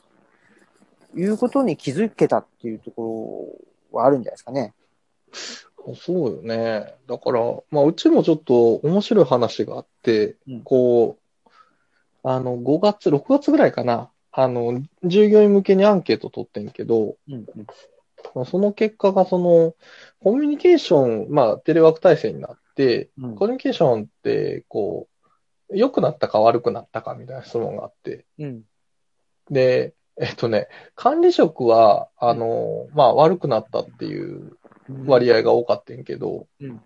S1: ということに気づけたっていうところはあるんじゃないですかね。
S2: そうよね。だから、まあ、うちもちょっと面白い話があって、
S1: うん
S2: こう、あの、5月、6月ぐらいかな。あの、従業員向けにアンケート取ってんけど、
S1: うん、うん、
S2: まあその結果が、その、コミュニケーション、まあ、テレワーク体制になって、
S1: うん
S2: コミュニケーションって、こう、良くなったか悪くなったかみたいな質問があって、
S1: うん、
S2: で、えっとね、管理職は、あの、まあ、悪くなったっていう割合が多かったんけど、
S1: うん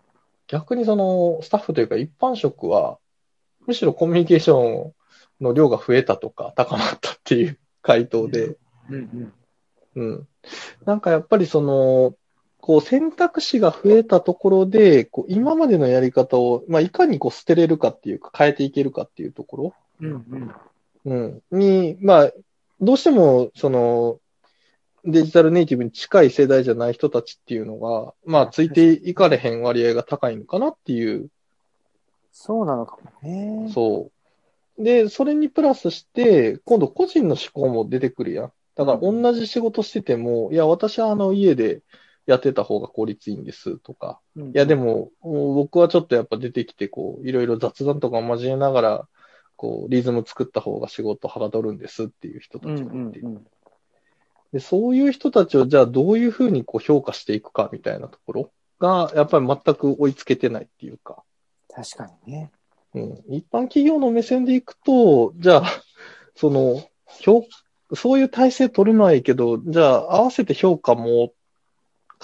S2: 逆にそのスタッフというか一般職は、むしろコミュニケーションの量が増えたとか高まったっていう回答で、
S1: うん、うん、
S2: うん。なんかやっぱりその、こう選択肢が増えたところで、こう今までのやり方を、まあ、いかにこう捨てれるかっていうか変えていけるかっていうところ、
S1: うん、うん、
S2: うん、に、まあ、どうしても、その、デジタルネイティブに近い世代じゃない人たちっていうのが、まあ、ついていかれへん割合が高いのかなっていう、
S1: そうなのかもね。
S2: そう。で、それにプラスして、今度個人の思考も出てくるやん。だから、
S1: うん
S2: 同じ仕事してても、いや、私はあの、家でやってた方が効率いいんですとか、
S1: うん
S2: いや、でも、もう僕はちょっとやっぱ出てきて、こう、いろいろ雑談とか交えながら、こう、リズム作った方が仕事はかどるんですっていう人た
S1: うん、う
S2: ち
S1: ん
S2: がいて、、
S1: うん。
S2: で、そういう人たちをじゃあどういうふうにこう評価していくかみたいなところが、やっぱり全く追いつけてないっていうか、
S1: 確かにね。
S2: うん、一般企業の目線でいくと、じゃあ、その、評そういう体制取るのはいいけど、じゃあ合わせて評価も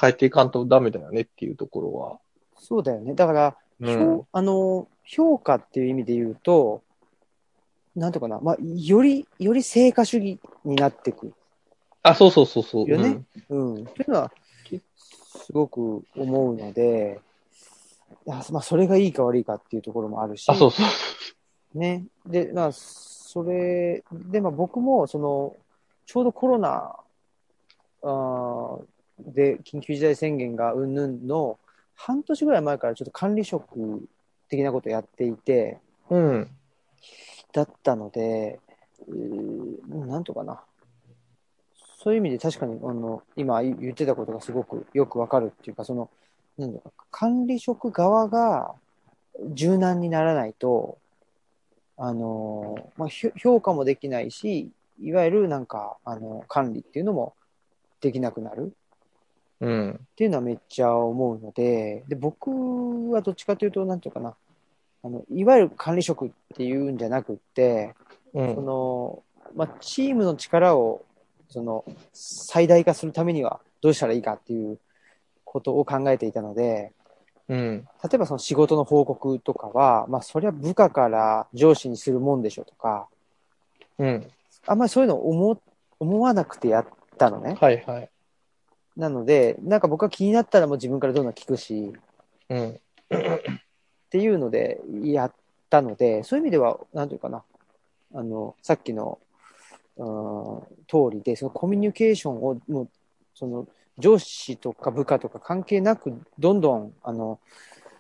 S2: 変えていかんとダメだよねっていうところは。
S1: そうだよね。だから、
S2: うん
S1: 評あの評価っていう意味で言うと、なんていうかな、まあ、より、より成果主義になってくる。
S2: あ、そうそうそうそう。
S1: よね
S2: うん
S1: うん。というのは、すごく思うので、あまあ、それがいいか悪いかっていうところもあるし、
S2: あ、そうそう。
S1: ね。で、まあ、それ、で、まあ、僕も、その、ちょうどコロナ、あーで、緊急事態宣言がうんぬんの、半年ぐらい前からちょっと管理職的なことやっていて、
S2: うん。
S1: だったので、うーなんとかな。そういう意味で確かに、あの、今言ってたことがすごくよくわかるっていうか、その、なんだろう管理職側が柔軟にならないと、あの、まあ、ひょ評価もできないし、いわゆるなんか、あの、管理っていうのもできなくなる。
S2: うん。
S1: っていうのはめっちゃ思うので、で、僕はどっちかというと、なんていうかな、あの、いわゆる管理職っていうんじゃなくって、
S2: う
S1: そ
S2: ん。
S1: の、まあ、チームの力を、その、最大化するためにはどうしたらいいかっていうことを考えていたので、
S2: うん。
S1: 例えばその仕事の報告とかは、まあ、そりゃ部下から上司にするもんでしょとか、
S2: うん。
S1: あんまりそういうのを思、思わなくてやったのね。
S2: はいはい。
S1: なので、なんか僕は気になったらもう自分からどんどん聞くし、
S2: うん。
S1: っていうのでやったので、そういう意味では、なんていうかな、あの、さっきの、うん、通りで、そのコミュニケーションを、もう、その、上司とか部下とか関係なく、どんどん、あの、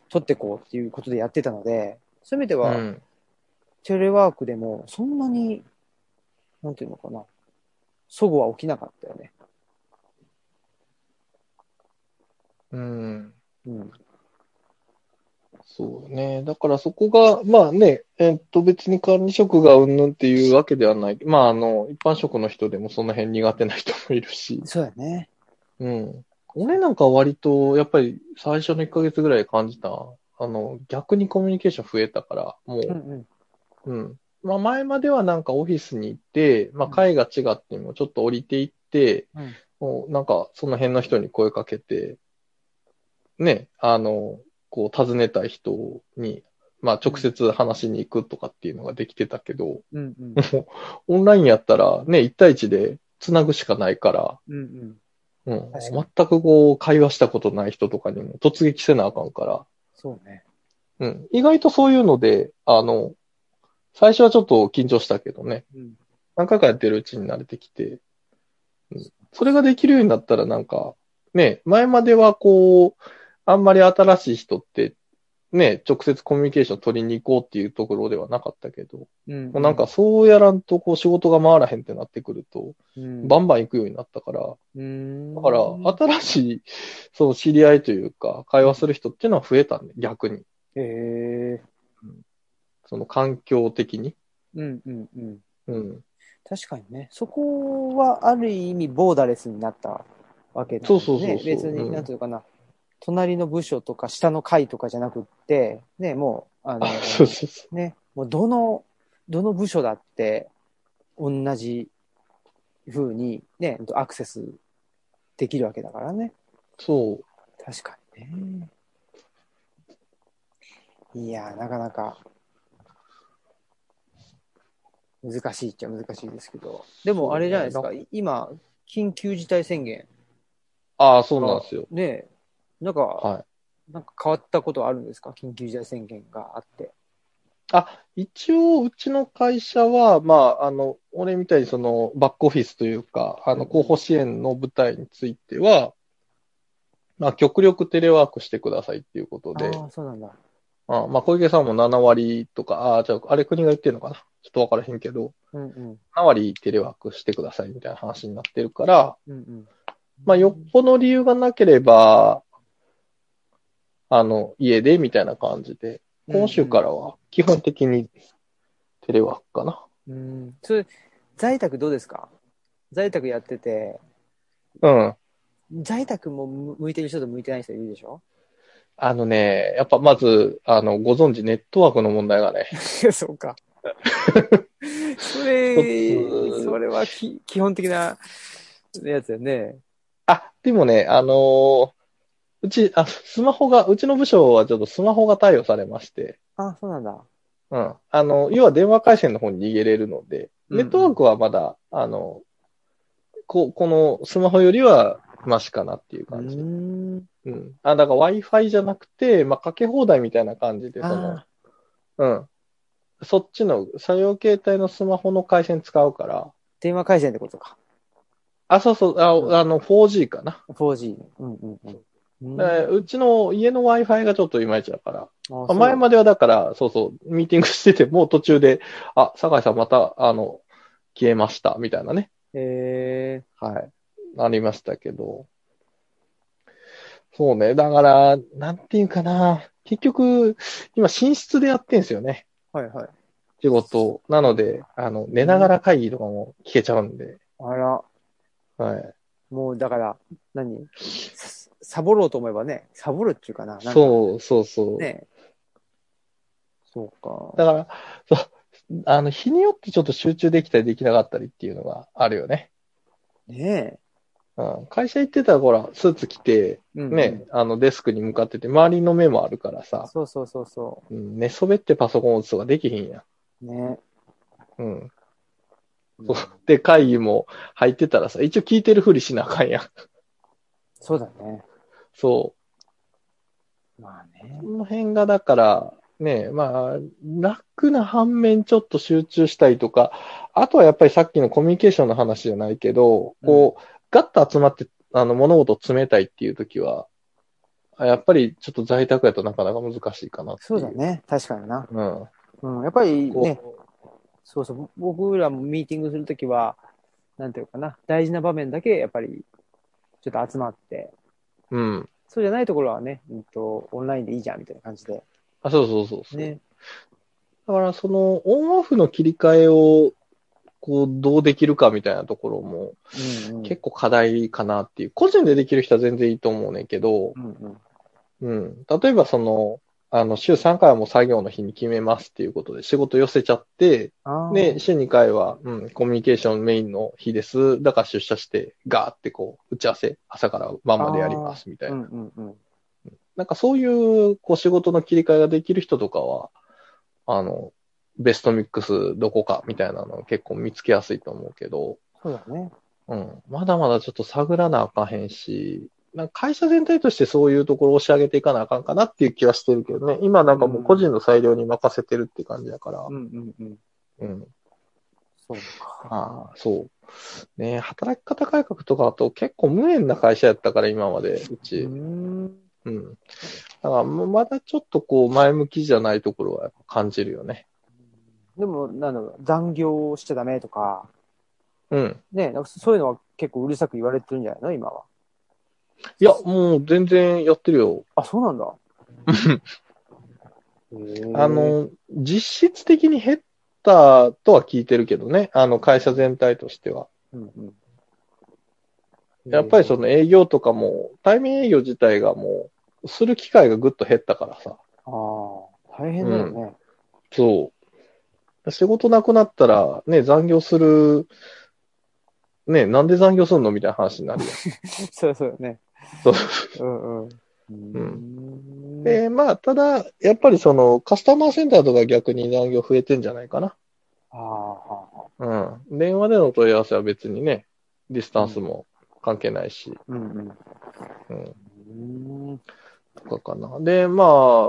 S1: 取ってこうっていうことでやってたので、そういう意味で
S2: う
S1: は、
S2: ん。
S1: テレワークでも、そんなに、なんていうのかな、そごは起きなかったよね。
S2: うん。
S1: うん。
S2: そうね。だからそこが、まあね、えっと別に管理職がうんぬんっていうわけではない。まああの、一般職の人でもその辺苦手な人もいるし。
S1: そうやね。
S2: うん。俺なんか割と、やっぱり最初の1ヶ月ぐらい感じた。あの、逆にコミュニケーション増えたから、
S1: う
S2: も
S1: ん
S2: う、
S1: うん。
S2: うん。まあ前まではなんかオフィスに行って、まあ会が違ってもちょっと降りていって、
S1: うん
S2: もうなんかその辺の人に声かけて、ね、あの、こう尋ねたい人に、まあ直接話しに行くとかっていうのができてたけど、
S1: うんうん。
S2: オンラインやったらね、1対1で繋ぐしかないから、
S1: うんうん。
S2: うん
S1: 確かに
S2: 全くこう、会話したことない人とかにも突撃せなあかんか
S1: そうね。
S2: ら、うん。意外とそういうので、あの、最初はちょっと緊張したけどね、
S1: うん。
S2: 何回かやってるうちに慣れてきて、うん、それができるようになったらなんか、ね、前まではこう、あんまり新しい人って、ね、直接コミュニケーション取りに行こうっていうところではなかったけど、
S1: うん
S2: もうなんか、そうやらんとこう仕事が回らへんってなってくると、
S1: うん、
S2: バンバン行くようになったから、
S1: だ
S2: だから、新しい、その知り合いというか、会話する人っていうのは増えたんで、逆に。
S1: へえ
S2: その環境的に。
S1: うんうんうん。
S2: うん。
S1: 確かにね。そこはある意味ボーダレスになったわけだ
S2: そうそうそうそう
S1: 別
S2: う
S1: に、
S2: ん
S1: なんていうかな、隣の部署とか下の階とかじゃなくって、ね、もう、あの
S2: あ、、そうそうそ
S1: ね、もうどの、どの部署だって同じ風にね、アクセスできるわけだからね。
S2: う。そう。
S1: 確かにね。いやー、なかなか難しいっちゃ難しいですけど、でもあれじゃないですか、
S2: そう
S1: 今、緊急事態宣言、
S2: ああ、そうなんですよ。
S1: ねえ、なんか、
S2: は
S1: なんか変わったことあるんですか、緊急事態宣言があって。
S2: い。一応、うちの会社は、まあ、あの、俺みたいにその、バックオフィスというか、あ
S1: うんう
S2: の、
S1: ん
S2: 候補支援の部隊については、まあ、極力テレワークしてくださいっていうことで、
S1: ああ、そうなんだ。
S2: あまあ、小池さんも7割とか、ああ、じゃあ、あれ国が言ってるのかなちょっとわからへんけど、
S1: うんうん。
S2: 7割テレワークしてくださいみたいな話になってるから、
S1: うんうん。
S2: まあ、よっぽど理由がなければ、あの、家でみたいな感じで、今週からは基本的にテレワークかな。
S1: うんうん。うんそれ、在宅どうですか在宅やってて、
S2: うん。
S1: 在宅も向いてる人と向いてない人いるでしょ
S2: あのね、やっぱまず、あの、ご存知、ネットワークの問題がね、
S1: そうか。それ
S2: 一、つ
S1: それはき基本的なやつだよね。
S2: あ、でもね、あのーうち、あ、スマホが、うちの部署はちょっとスマホが対応されまして、
S1: あ、そうなんだ。
S2: うん。あの、要は電話回線の方に逃げれるので、
S1: うん
S2: ネットワークはまだ、あの、こ、このスマホよりはマシかなっていう
S1: う
S2: 感じ。うん。
S1: ーん。
S2: あ、だから Wi-Fi じゃなくて、まあ、かけ放題みたいな感じで、その
S1: あ、
S2: うん。そっちの、作業形態のスマホの回線使うから、
S1: 電話回線ってことか。
S2: あ、そうそう、
S1: うん
S2: あ、あの、4G かな。
S1: 4G。うんうんうん。
S2: だからうちの家の Wi-Fi がちょっといまいちだから、
S1: あ
S2: 前ま
S1: で。
S2: ではだから、そうそう、ミーティングしてて、もう途中で、あ、酒井さんまた、あの、消えました、みたいなね。
S1: え
S2: はい。ありましたけど。そうね。だから、なんていうかな。結局、今、寝室でやってんすよね。
S1: ー、はいはい。
S2: 仕事を。なので、あの、寝ながら会議とかも聞けちゃうんで。
S1: あら、
S2: はい。
S1: もうだから、何ササボろうと思えばね、サボるっていうかな。なんか
S2: そうそうそう。
S1: ね。そうか。
S2: だから、そう、あの、日によってちょっと集中できたりできなかったりっていうのがあるよね。
S1: ね
S2: うん。会社行ってたら、ほら、スーツ着て、
S1: え。うん
S2: ね、あの、デスクに向かってて、周りの目もあるからさ、
S1: そうそうそうそ
S2: うん、寝そべってパソコン打つとかできひんやん。
S1: う。ね
S2: うん。
S1: うん
S2: で、会議も入ってたらさ、一応聞いてるふりしなあかんやん。
S1: そうだね。
S2: そ
S1: まあね
S2: う。。この辺が、だから、ね、まあ、楽な反面ちょっと集中したりとか、あとはやっぱりさっきのコミュニケーションの話じゃないけど、こう、ガッと集まって、あの、物事を詰めたいっていう時は、あやっぱりちょっと在宅やとなかなか難しいかなってい
S1: そうだ。ね。確かにな。
S2: うん。
S1: うん。やっぱり
S2: こう
S1: ね、そうそう。僕らもミーティングするときは、なんていうかな。大事な場面だけ、やっぱり、ちょっと集まって。
S2: うん。
S1: そうじゃないところはね、うんと、オンラインでいいじゃん、みたいな感じで。
S2: あ、そうそうそうそう。
S1: ね。
S2: だから、その、オンオフの切り替えを、こう、どうできるかみたいなところも、
S1: うん、うん。
S2: 結構課題かなっていう。個人でできる人は全然いいと思うねんけど、
S1: うんうん。
S2: うん。例えば、その、あの、週3回はもう作業の日に決めますっていうことで仕事寄せちゃって、
S1: ああ。
S2: で、週2回は、うん、コミュニケーションメインの日です。だから出社して、ガーってこう、打ち合わせ、朝から晩までやりますみたいうな。
S1: んうんうん。
S2: なんかそういう、こう、仕事の切り替えができる人とかは、あの、ベストミックスどこかみたいなのを結構見つけやすいと思うけど、
S1: そうだね。
S2: うん。まだまだちょっと探らなあかへんし、なんか会社全体としてそういうところを押し上げていかなあかんかなっていう気はしてるけどね。今なんかもう個人の裁量に任せてるって感じだから
S1: う。んうんうん。
S2: うん。
S1: そうか。
S2: ああ、そう。ね働き方改革とかだと結構無縁な会社やったから今まで、う
S1: う
S2: ち。
S1: ん。
S2: うん。だからまだちょっとこう前向きじゃないところはやっぱ感じるよね。
S1: でも、なんだろう、残業しちゃダメとか、
S2: うん。
S1: ね、なんかそういうのは結構うるさく言われてるんじゃないの今は。
S2: いや、もう全然やってるよ。
S1: あ、そうなんだ。へえ
S2: あ、の、実質的に減ったとは聞いてるけどね。あの、会社全体としては。
S1: うんうん
S2: やっぱりそ
S1: の、
S2: の営業とかも、対面営業自体がもう、する機会がぐっと減ったからさ。
S1: ああ、大変だよね。
S2: そう。仕事なくなったら、ね、残業する、ね、なんで残業するのみたいな話になるよ。
S1: そうそうよね。
S2: そ
S1: う
S2: う
S1: んうん。うん
S2: で、まあ、ただ、やっぱりその、カスタマーセンターとか逆に残業増えてんじゃないかな。
S1: ああ、
S2: うん。電話での問い合わせは別にね、ディスタンスも関係ないし、
S1: うんうん。
S2: うん、
S1: うん
S2: とかかな。で、まあ、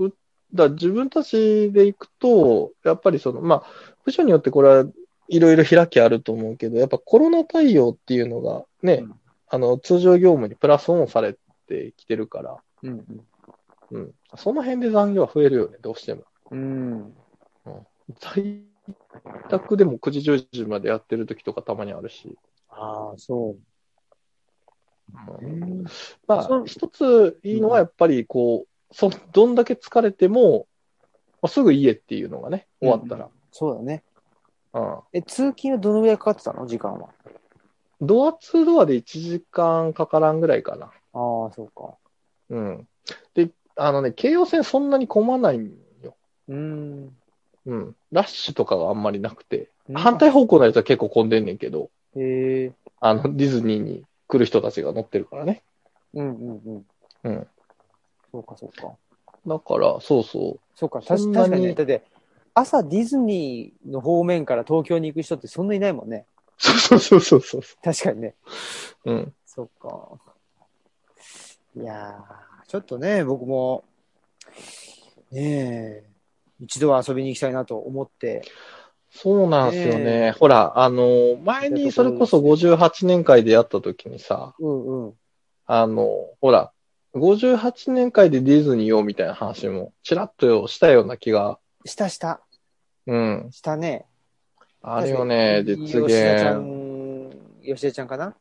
S2: うだ自分たちで行くと、やっぱりその、まあ、部署によってこれはいろいろ開きあると思うけど、やっぱコロナ対応っていうのがね、
S1: うん
S2: あの、通常業務にプラスオンされてきてるから、
S1: うん
S2: うん。その辺で残業は増えるよね、どうしても。
S1: うん。うん。
S2: 在宅でも9時10時までやってる時とかたまにあるし。
S1: ああ、そう。うん
S2: まあ
S1: そ、う
S2: 一ついいのはやっぱりこう、そどんだけ疲れても、まあ、すぐ家っていうのがね、終わったら。
S1: そうだね。
S2: うん
S1: え、通勤はどのぐらいかかってたの時間は。
S2: ドアツードアで1時間かからんぐらいかな。
S1: ああ、そうか。
S2: うん。で、あのね、京葉線そんなに混まないんよ。
S1: うん。
S2: うん。ラッシュとかがあんまりなくて。反対方向のやつは結構混んでんねんけど、
S1: へえ。
S2: あの、ディズニーに来る人たちが乗ってるからね。
S1: うんうんうん。
S2: うん。
S1: そうかそうか。
S2: だから、そうそう。
S1: そうか、
S2: そ
S1: 確
S2: んなに
S1: 確かにね。だって、朝ディズニーの方面から東京に行く人ってそんないないもんね。
S2: そうそうそうそうそ
S1: 確かにね。
S2: う。うん。
S1: そうか。いやー、ちょっとね、僕も、ねえ、一度は遊びに行きたいなと思って、
S2: そうなんすよ
S1: ね
S2: ね。ほら、あの、前にそれこそ58年会でやった時にさ、
S1: うんうん。
S2: あの、ほら、58年会でディズニーをみたいな話も、ちらっとしたような気が。
S1: したした、
S2: うん。
S1: したね。
S2: あれよね、
S1: 確かに
S2: 実
S1: 吉田ちゃ
S2: 現。
S1: ん吉江ちゃんかな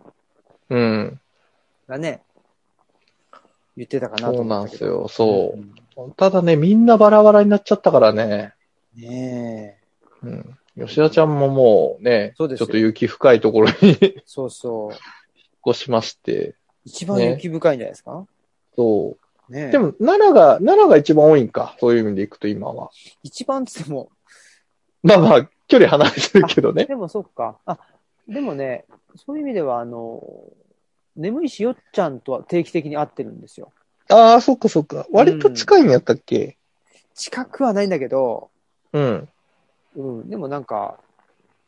S2: うん。
S1: がね、言ってたかなと
S2: そう
S1: 思
S2: な
S1: っ
S2: ん
S1: た
S2: で
S1: け
S2: す
S1: ど。
S2: よ。そうう。ただね、みんなバラバラになっちゃったからね。
S1: んね
S2: うん。吉田ちゃんももうね、
S1: そうです
S2: ちょ
S1: よ
S2: っと雪深いところに
S1: え。そうそう。
S2: 越しまして。
S1: 一番雪深いんじゃないですか
S2: そ
S1: ね
S2: う。
S1: え
S2: でも、奈良が、奈良が一番多いんか。そういう意味でいくと今は。
S1: 一番っつっても、
S2: まあまあ、距離離れてるけどね。
S1: でもそっか。あ、でもね、そういう意味では、あの、眠いしよっちゃんとは定期的に会ってるんですよ。
S2: ああ、そっかそっか。割と近いんやったっけ
S1: 近くはないんだけど、
S2: うん。
S1: うん、でもなんか、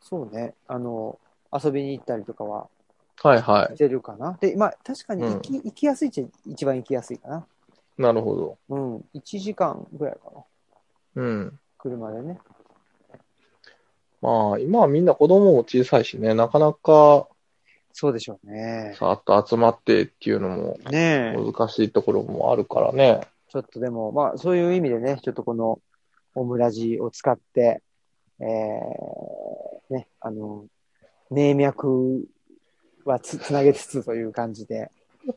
S1: そうね、あの、遊びに行ったりとかは
S2: はいは
S1: してるかな。で、まあ確かに
S2: うん
S1: 行き,、行きやすいっちゃ一番行きやすいかな。
S2: い。なるほど。
S1: うん、1時間ぐらいかな。
S2: うん。
S1: 車でね。
S2: まあ、今はみんな子供も小さいしね、なかなか
S1: そうでしょうね。
S2: さーっと集まってっていうのも
S1: ねえ。
S2: 難しいところもあるからね。
S1: ちょっとでも、まあ、そういう意味でね、ちょっとこのオムラジを使って、えー、ね、あの、名脈はつつなげつつという感じ で、やっ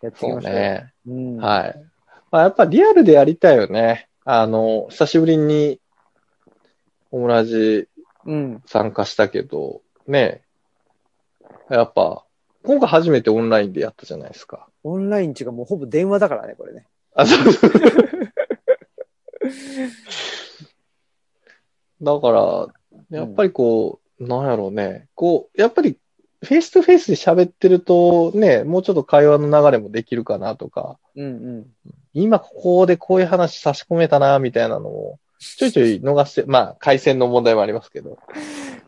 S1: ていき
S2: そう
S1: ましょう。
S2: ね。
S1: うん。
S2: はい。まあ、やっぱリアルでやりたいよね。あの、久しぶりにオムラジ
S1: うん。
S2: 参加したけど、ね。やっぱ、今回初めてオンラインでやったじゃないですか。
S1: オンラインっていうかもうほぼ電話だからね、これね。
S2: あ、そうそう。だから、やっぱりこう、なんやろうね。こう、やっぱり、フェイスとフェイスで喋ってるとね、もうちょっと会話の流れもできるかなとか、
S1: うんうん。
S2: 今ここでこういう話差し込めたな、みたいなのを、ちょいちょい逃して、まあ、回線の問題もありますけど。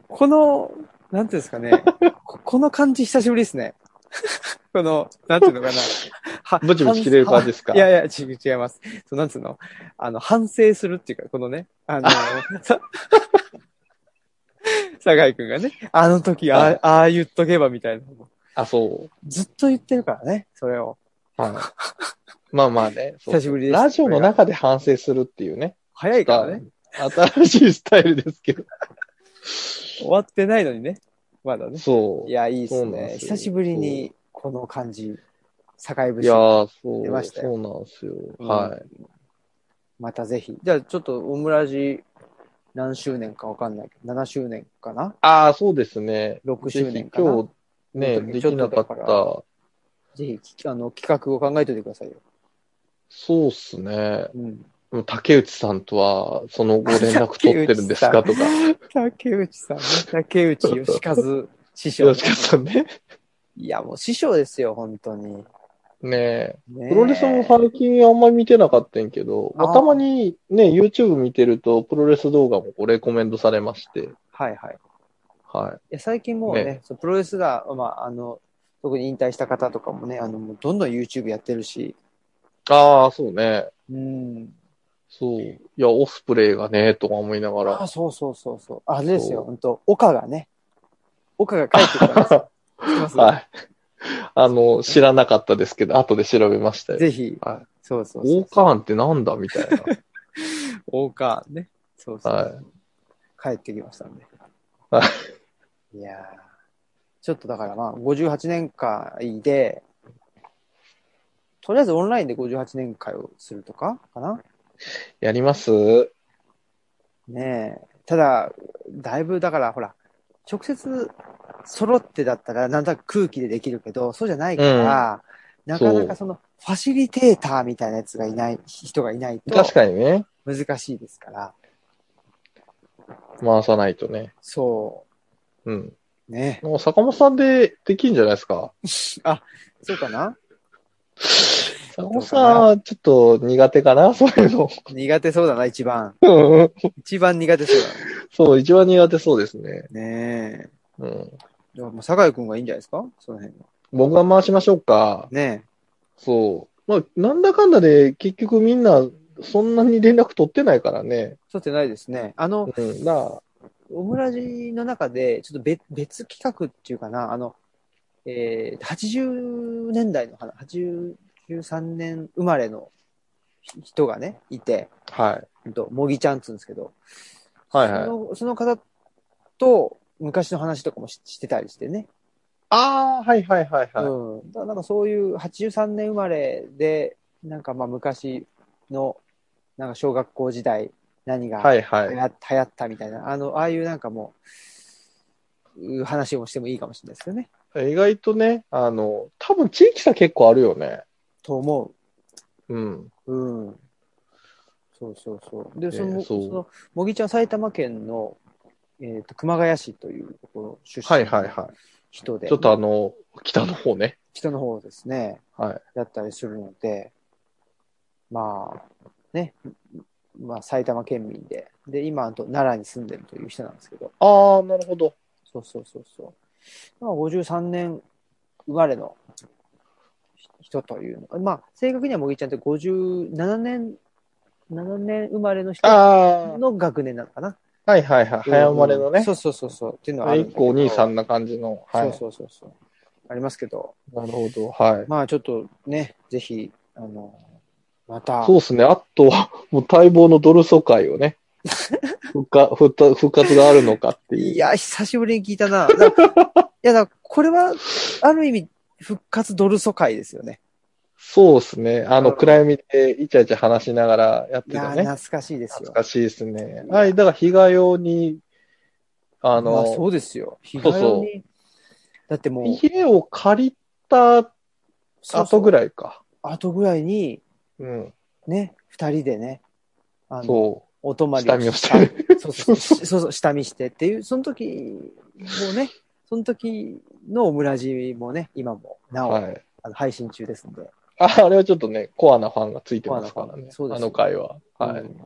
S1: この、なんていうんですかね、ここの感じ久しぶりですね。 この、なんていうのかな。は
S2: ブチブチ切れる感じですか
S1: いやいや、ち違います。そうなんつうのあの、反省するっていうか、このね、あの、 さ酒井くんがね、あの時、
S2: は
S1: あ
S2: い
S1: あ、ああ言っとけばみたいな。
S2: あ、そう。
S1: ずっと言ってるからね、それを。
S2: はい。まあまあね。そう
S1: 久しぶりです
S2: ラジオの中で反省するっていうね。
S1: 早いからね。
S2: 新しいスタイルですけど。
S1: 終わってないのにね、まだね。
S2: そ
S1: いや、いいっす
S2: そうなん
S1: ね。
S2: ですよ
S1: 久しぶりに、この感じ、酒井
S2: う。
S1: 節。
S2: いやー、そう。
S1: 出ましたよ
S2: そうなんですよ。
S1: うん
S2: はい。
S1: またぜひ。じゃあちょっとオムラジ何周年かわかんないけど、7周年かな
S2: ああ、そうですね。
S1: ?6
S2: ぜ
S1: 周
S2: ひ
S1: 年かな
S2: 今日ね、
S1: 本当
S2: で
S1: にちょ
S2: き
S1: っと
S2: なか
S1: だ
S2: っ
S1: から
S2: た。
S1: ぜひきあの企画を考えておいてくださいよ。
S2: そうっすね。
S1: うん。
S2: もう竹内さんとは、その後連絡取ってるんですかとか。
S1: 竹内さんね。竹内義和師匠。
S2: 吉川さんね。
S1: いや、もう師匠ですよ、本当に。
S2: ねえ。
S1: ね
S2: プロレスも最近あんまり見てなかったんやけど、
S1: あー
S2: まあたまにね、YouTube 見てると、プロレス動画もこうレコメンドされまして、
S1: はいはい。
S2: はい
S1: や最近もうね、
S2: ね
S1: そうプロレスが、まあ、あの、特に引退した方とかもね、あの、もうどんどん YouTube やってるし、
S2: い。ああ、そうね。
S1: うん。
S2: そう。いや、オスプレイがね、とか思いなが
S1: あ、
S2: ら。
S1: そうそうそうそう。あれです
S2: そ
S1: よ、
S2: う
S1: 本当岡がね、岡が帰ってきたん ですよ。知ってます
S2: はい。あの、知らなかったですけど、後で調べましたよ。
S1: ぜひ、
S2: はい。
S1: そうそうそ
S2: オ
S1: う
S2: ー。カーンってなんだみたい
S1: 大川ね。そう そ
S2: な。
S1: う。
S2: はい。
S1: 帰ってきましたんで。
S2: はい
S1: やーちょっとだからまあ、58年会で、とりあえずオンラインで58年会をするとかかな
S2: やります
S1: ねえ。ただ、だいぶだからほら、直接揃ってだったらなんとなく空気でできるけど、そうじゃないから、なかなかそのファシリテーターみたいなやつがいない、人がいないと
S2: 確かにね。
S1: 難しいですから、
S2: 回さないとね。
S1: そ
S2: うん。
S1: う、ね
S2: もう坂本さんでできんじゃないですか。
S1: そうかな
S2: 坂本さんはちょっと苦手かなそういう の。
S1: 苦手そうだな、一番。
S2: うん
S1: 一番苦手そうだ
S2: そう、一番苦手そうですね。
S1: な。ねえ。
S2: うん。
S1: でも、酒井くんがいいんじゃないですかその辺は。
S2: 僕が回しましょうか。
S1: ね
S2: そう。まあ、なんだかんだで結局みんなそんなに連絡取ってないからね
S1: え。。撮ってないですね。あの、
S2: うん。だから
S1: オムラジの中で、ちょっと別別企画っていうかな、あの、えー、80年代の話、83年生まれの人がね、いて、
S2: は
S1: う
S2: い。
S1: んと、もぎちゃんっつうんですけど、
S2: はいはい
S1: そのその方と、昔の話とかもししてたりしてね。
S2: ああ、はいはいはいはい。
S1: うん。だからなんかそういう83年生まれで、なんかまあ昔の、なんか小学校時代、何が
S2: はいは
S1: 流
S2: い。
S1: 行流行ったみたいな、あの、ああいうなんかもう、う話をしてもいいかもしれないですよね。
S2: 意外とね、あの、多分地域差結構あるよね。
S1: と思
S2: うん。
S1: う。うん。そうそうそう。
S2: え
S1: で、
S2: ー
S1: その、
S2: そう
S1: その、もぎちゃん埼玉県の、えっ、と、熊谷市というところ出
S2: は
S1: 身
S2: いはい
S1: の
S2: は
S1: 人で、
S2: い。ちょっとあの、北の方ね。
S1: 人の方ですね、
S2: はい。
S1: だったりするので、まあ、ね、まあ埼玉県民で、で、今、あと奈良に住んでるという人なんですけど、
S2: ああ、なるほど。
S1: そうそうそうそう。まあ、53年生まれの人というの。まあ、正確にはもぎちゃんって57年、7年生まれの人
S2: あ
S1: の学年なのかな。
S2: あ、はいはいはい。早生まれの
S1: うん
S2: ね
S1: そ。うそうそうそう。っていうのはあるんだ
S2: 一
S1: けど
S2: 個お兄さんな感じの。は
S1: そ
S2: い。
S1: うそうそうそう。ありますけど、
S2: なるほど。はい。
S1: まあちょっとね、ぜひ、あの、また、
S2: そうですね。あとは、 もう待望のドル疎開をね。 復活、復活復活があるのかっていう。
S1: いや、久しぶりに聞いたな。だいや、だこれは、ある意味、復活ドル疎開ですよね。
S2: そうですね。あ
S1: う
S2: の、
S1: ん
S2: 暗闇でイチャイチャ話しながらやっ
S1: い
S2: て
S1: や
S2: た
S1: ー、
S2: ね。
S1: 懐かしいですよ
S2: 懐。かしいですね。はい、だから、日が用に、あ
S1: まあ、そ
S2: の、
S1: うですよ。日
S2: そう
S1: 帰りに。だってもう、
S2: 家を借りた後ぐ
S1: い。
S2: らいか。
S1: 後ぐらいに、
S2: うん。
S1: ね、二人でね、あの、
S2: そ
S1: お泊
S2: う。
S1: まり
S2: 下見をしてる。
S1: そうそうしそうそう、下見してっていう、その時もね、その時のオムラジもね、今もなお、
S2: はい。
S1: あの配信中ですので。
S2: あ、あれはちょっとね、コアなファンがついてますからね。
S1: コアなファンそうです
S2: あの回は。はい。
S1: うん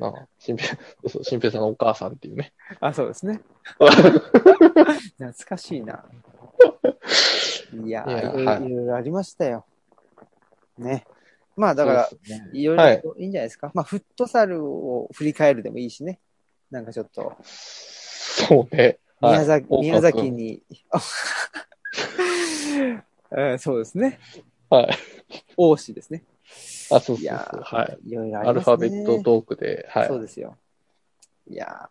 S2: なんか、新平、そうそう、新平さんのお母さんっていうね。
S1: あ、そうですね。懐かしいな。いや
S2: いや
S1: ー、い
S2: は
S1: ろい
S2: い
S1: ろいろいろありましたよ。ね。まあだから、
S2: そうですね、
S1: いろい
S2: はい
S1: ろいいんじゃないですか。まあ、フットサルを振り返るでもいいしね。なんかちょっと、
S2: そうね。はい
S1: 宮崎、
S2: 大
S1: 宮
S2: 川君
S1: 崎に、 あうんそうですね。
S2: はい。
S1: 王子ですね。
S2: あ、そうそう
S1: い
S2: そう。
S1: やー
S2: はい。
S1: いろいろありますね。
S2: アルファベットトークで、はい。
S1: そうですよ。いや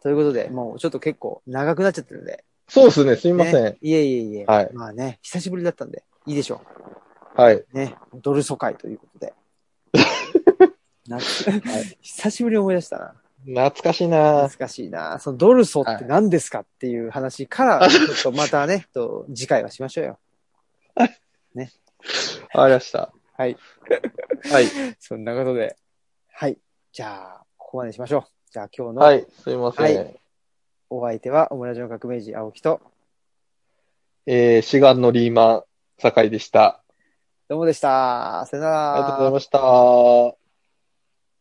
S1: ーということで、もうちょっと結構長くなっちゃってるんで。
S2: そうですね。すみません。
S1: ねいえいえいえ。
S2: はい
S1: まあね、久しぶりだったんで、いいでしょ
S2: はい。
S1: う。ね、ドル疎開という ことで。なんか久しぶりに思い出したな。
S2: 懐かしいな
S1: 懐かしいな。そのドルソって何ですかっていう話から、ちょっとまたね、と次回はしましょうよ。
S2: ありました。
S1: はい。
S2: はい。
S1: そんなことで。はい。じゃあ、ここまでにしましょう。じゃあ今日
S2: は
S1: の
S2: い。すみません。
S1: はお相手は、オムラジの革命児青木と、
S2: えー、志願のリーマン、酒井でした。
S1: どうもでした。さよなら。
S2: ありがとうございました。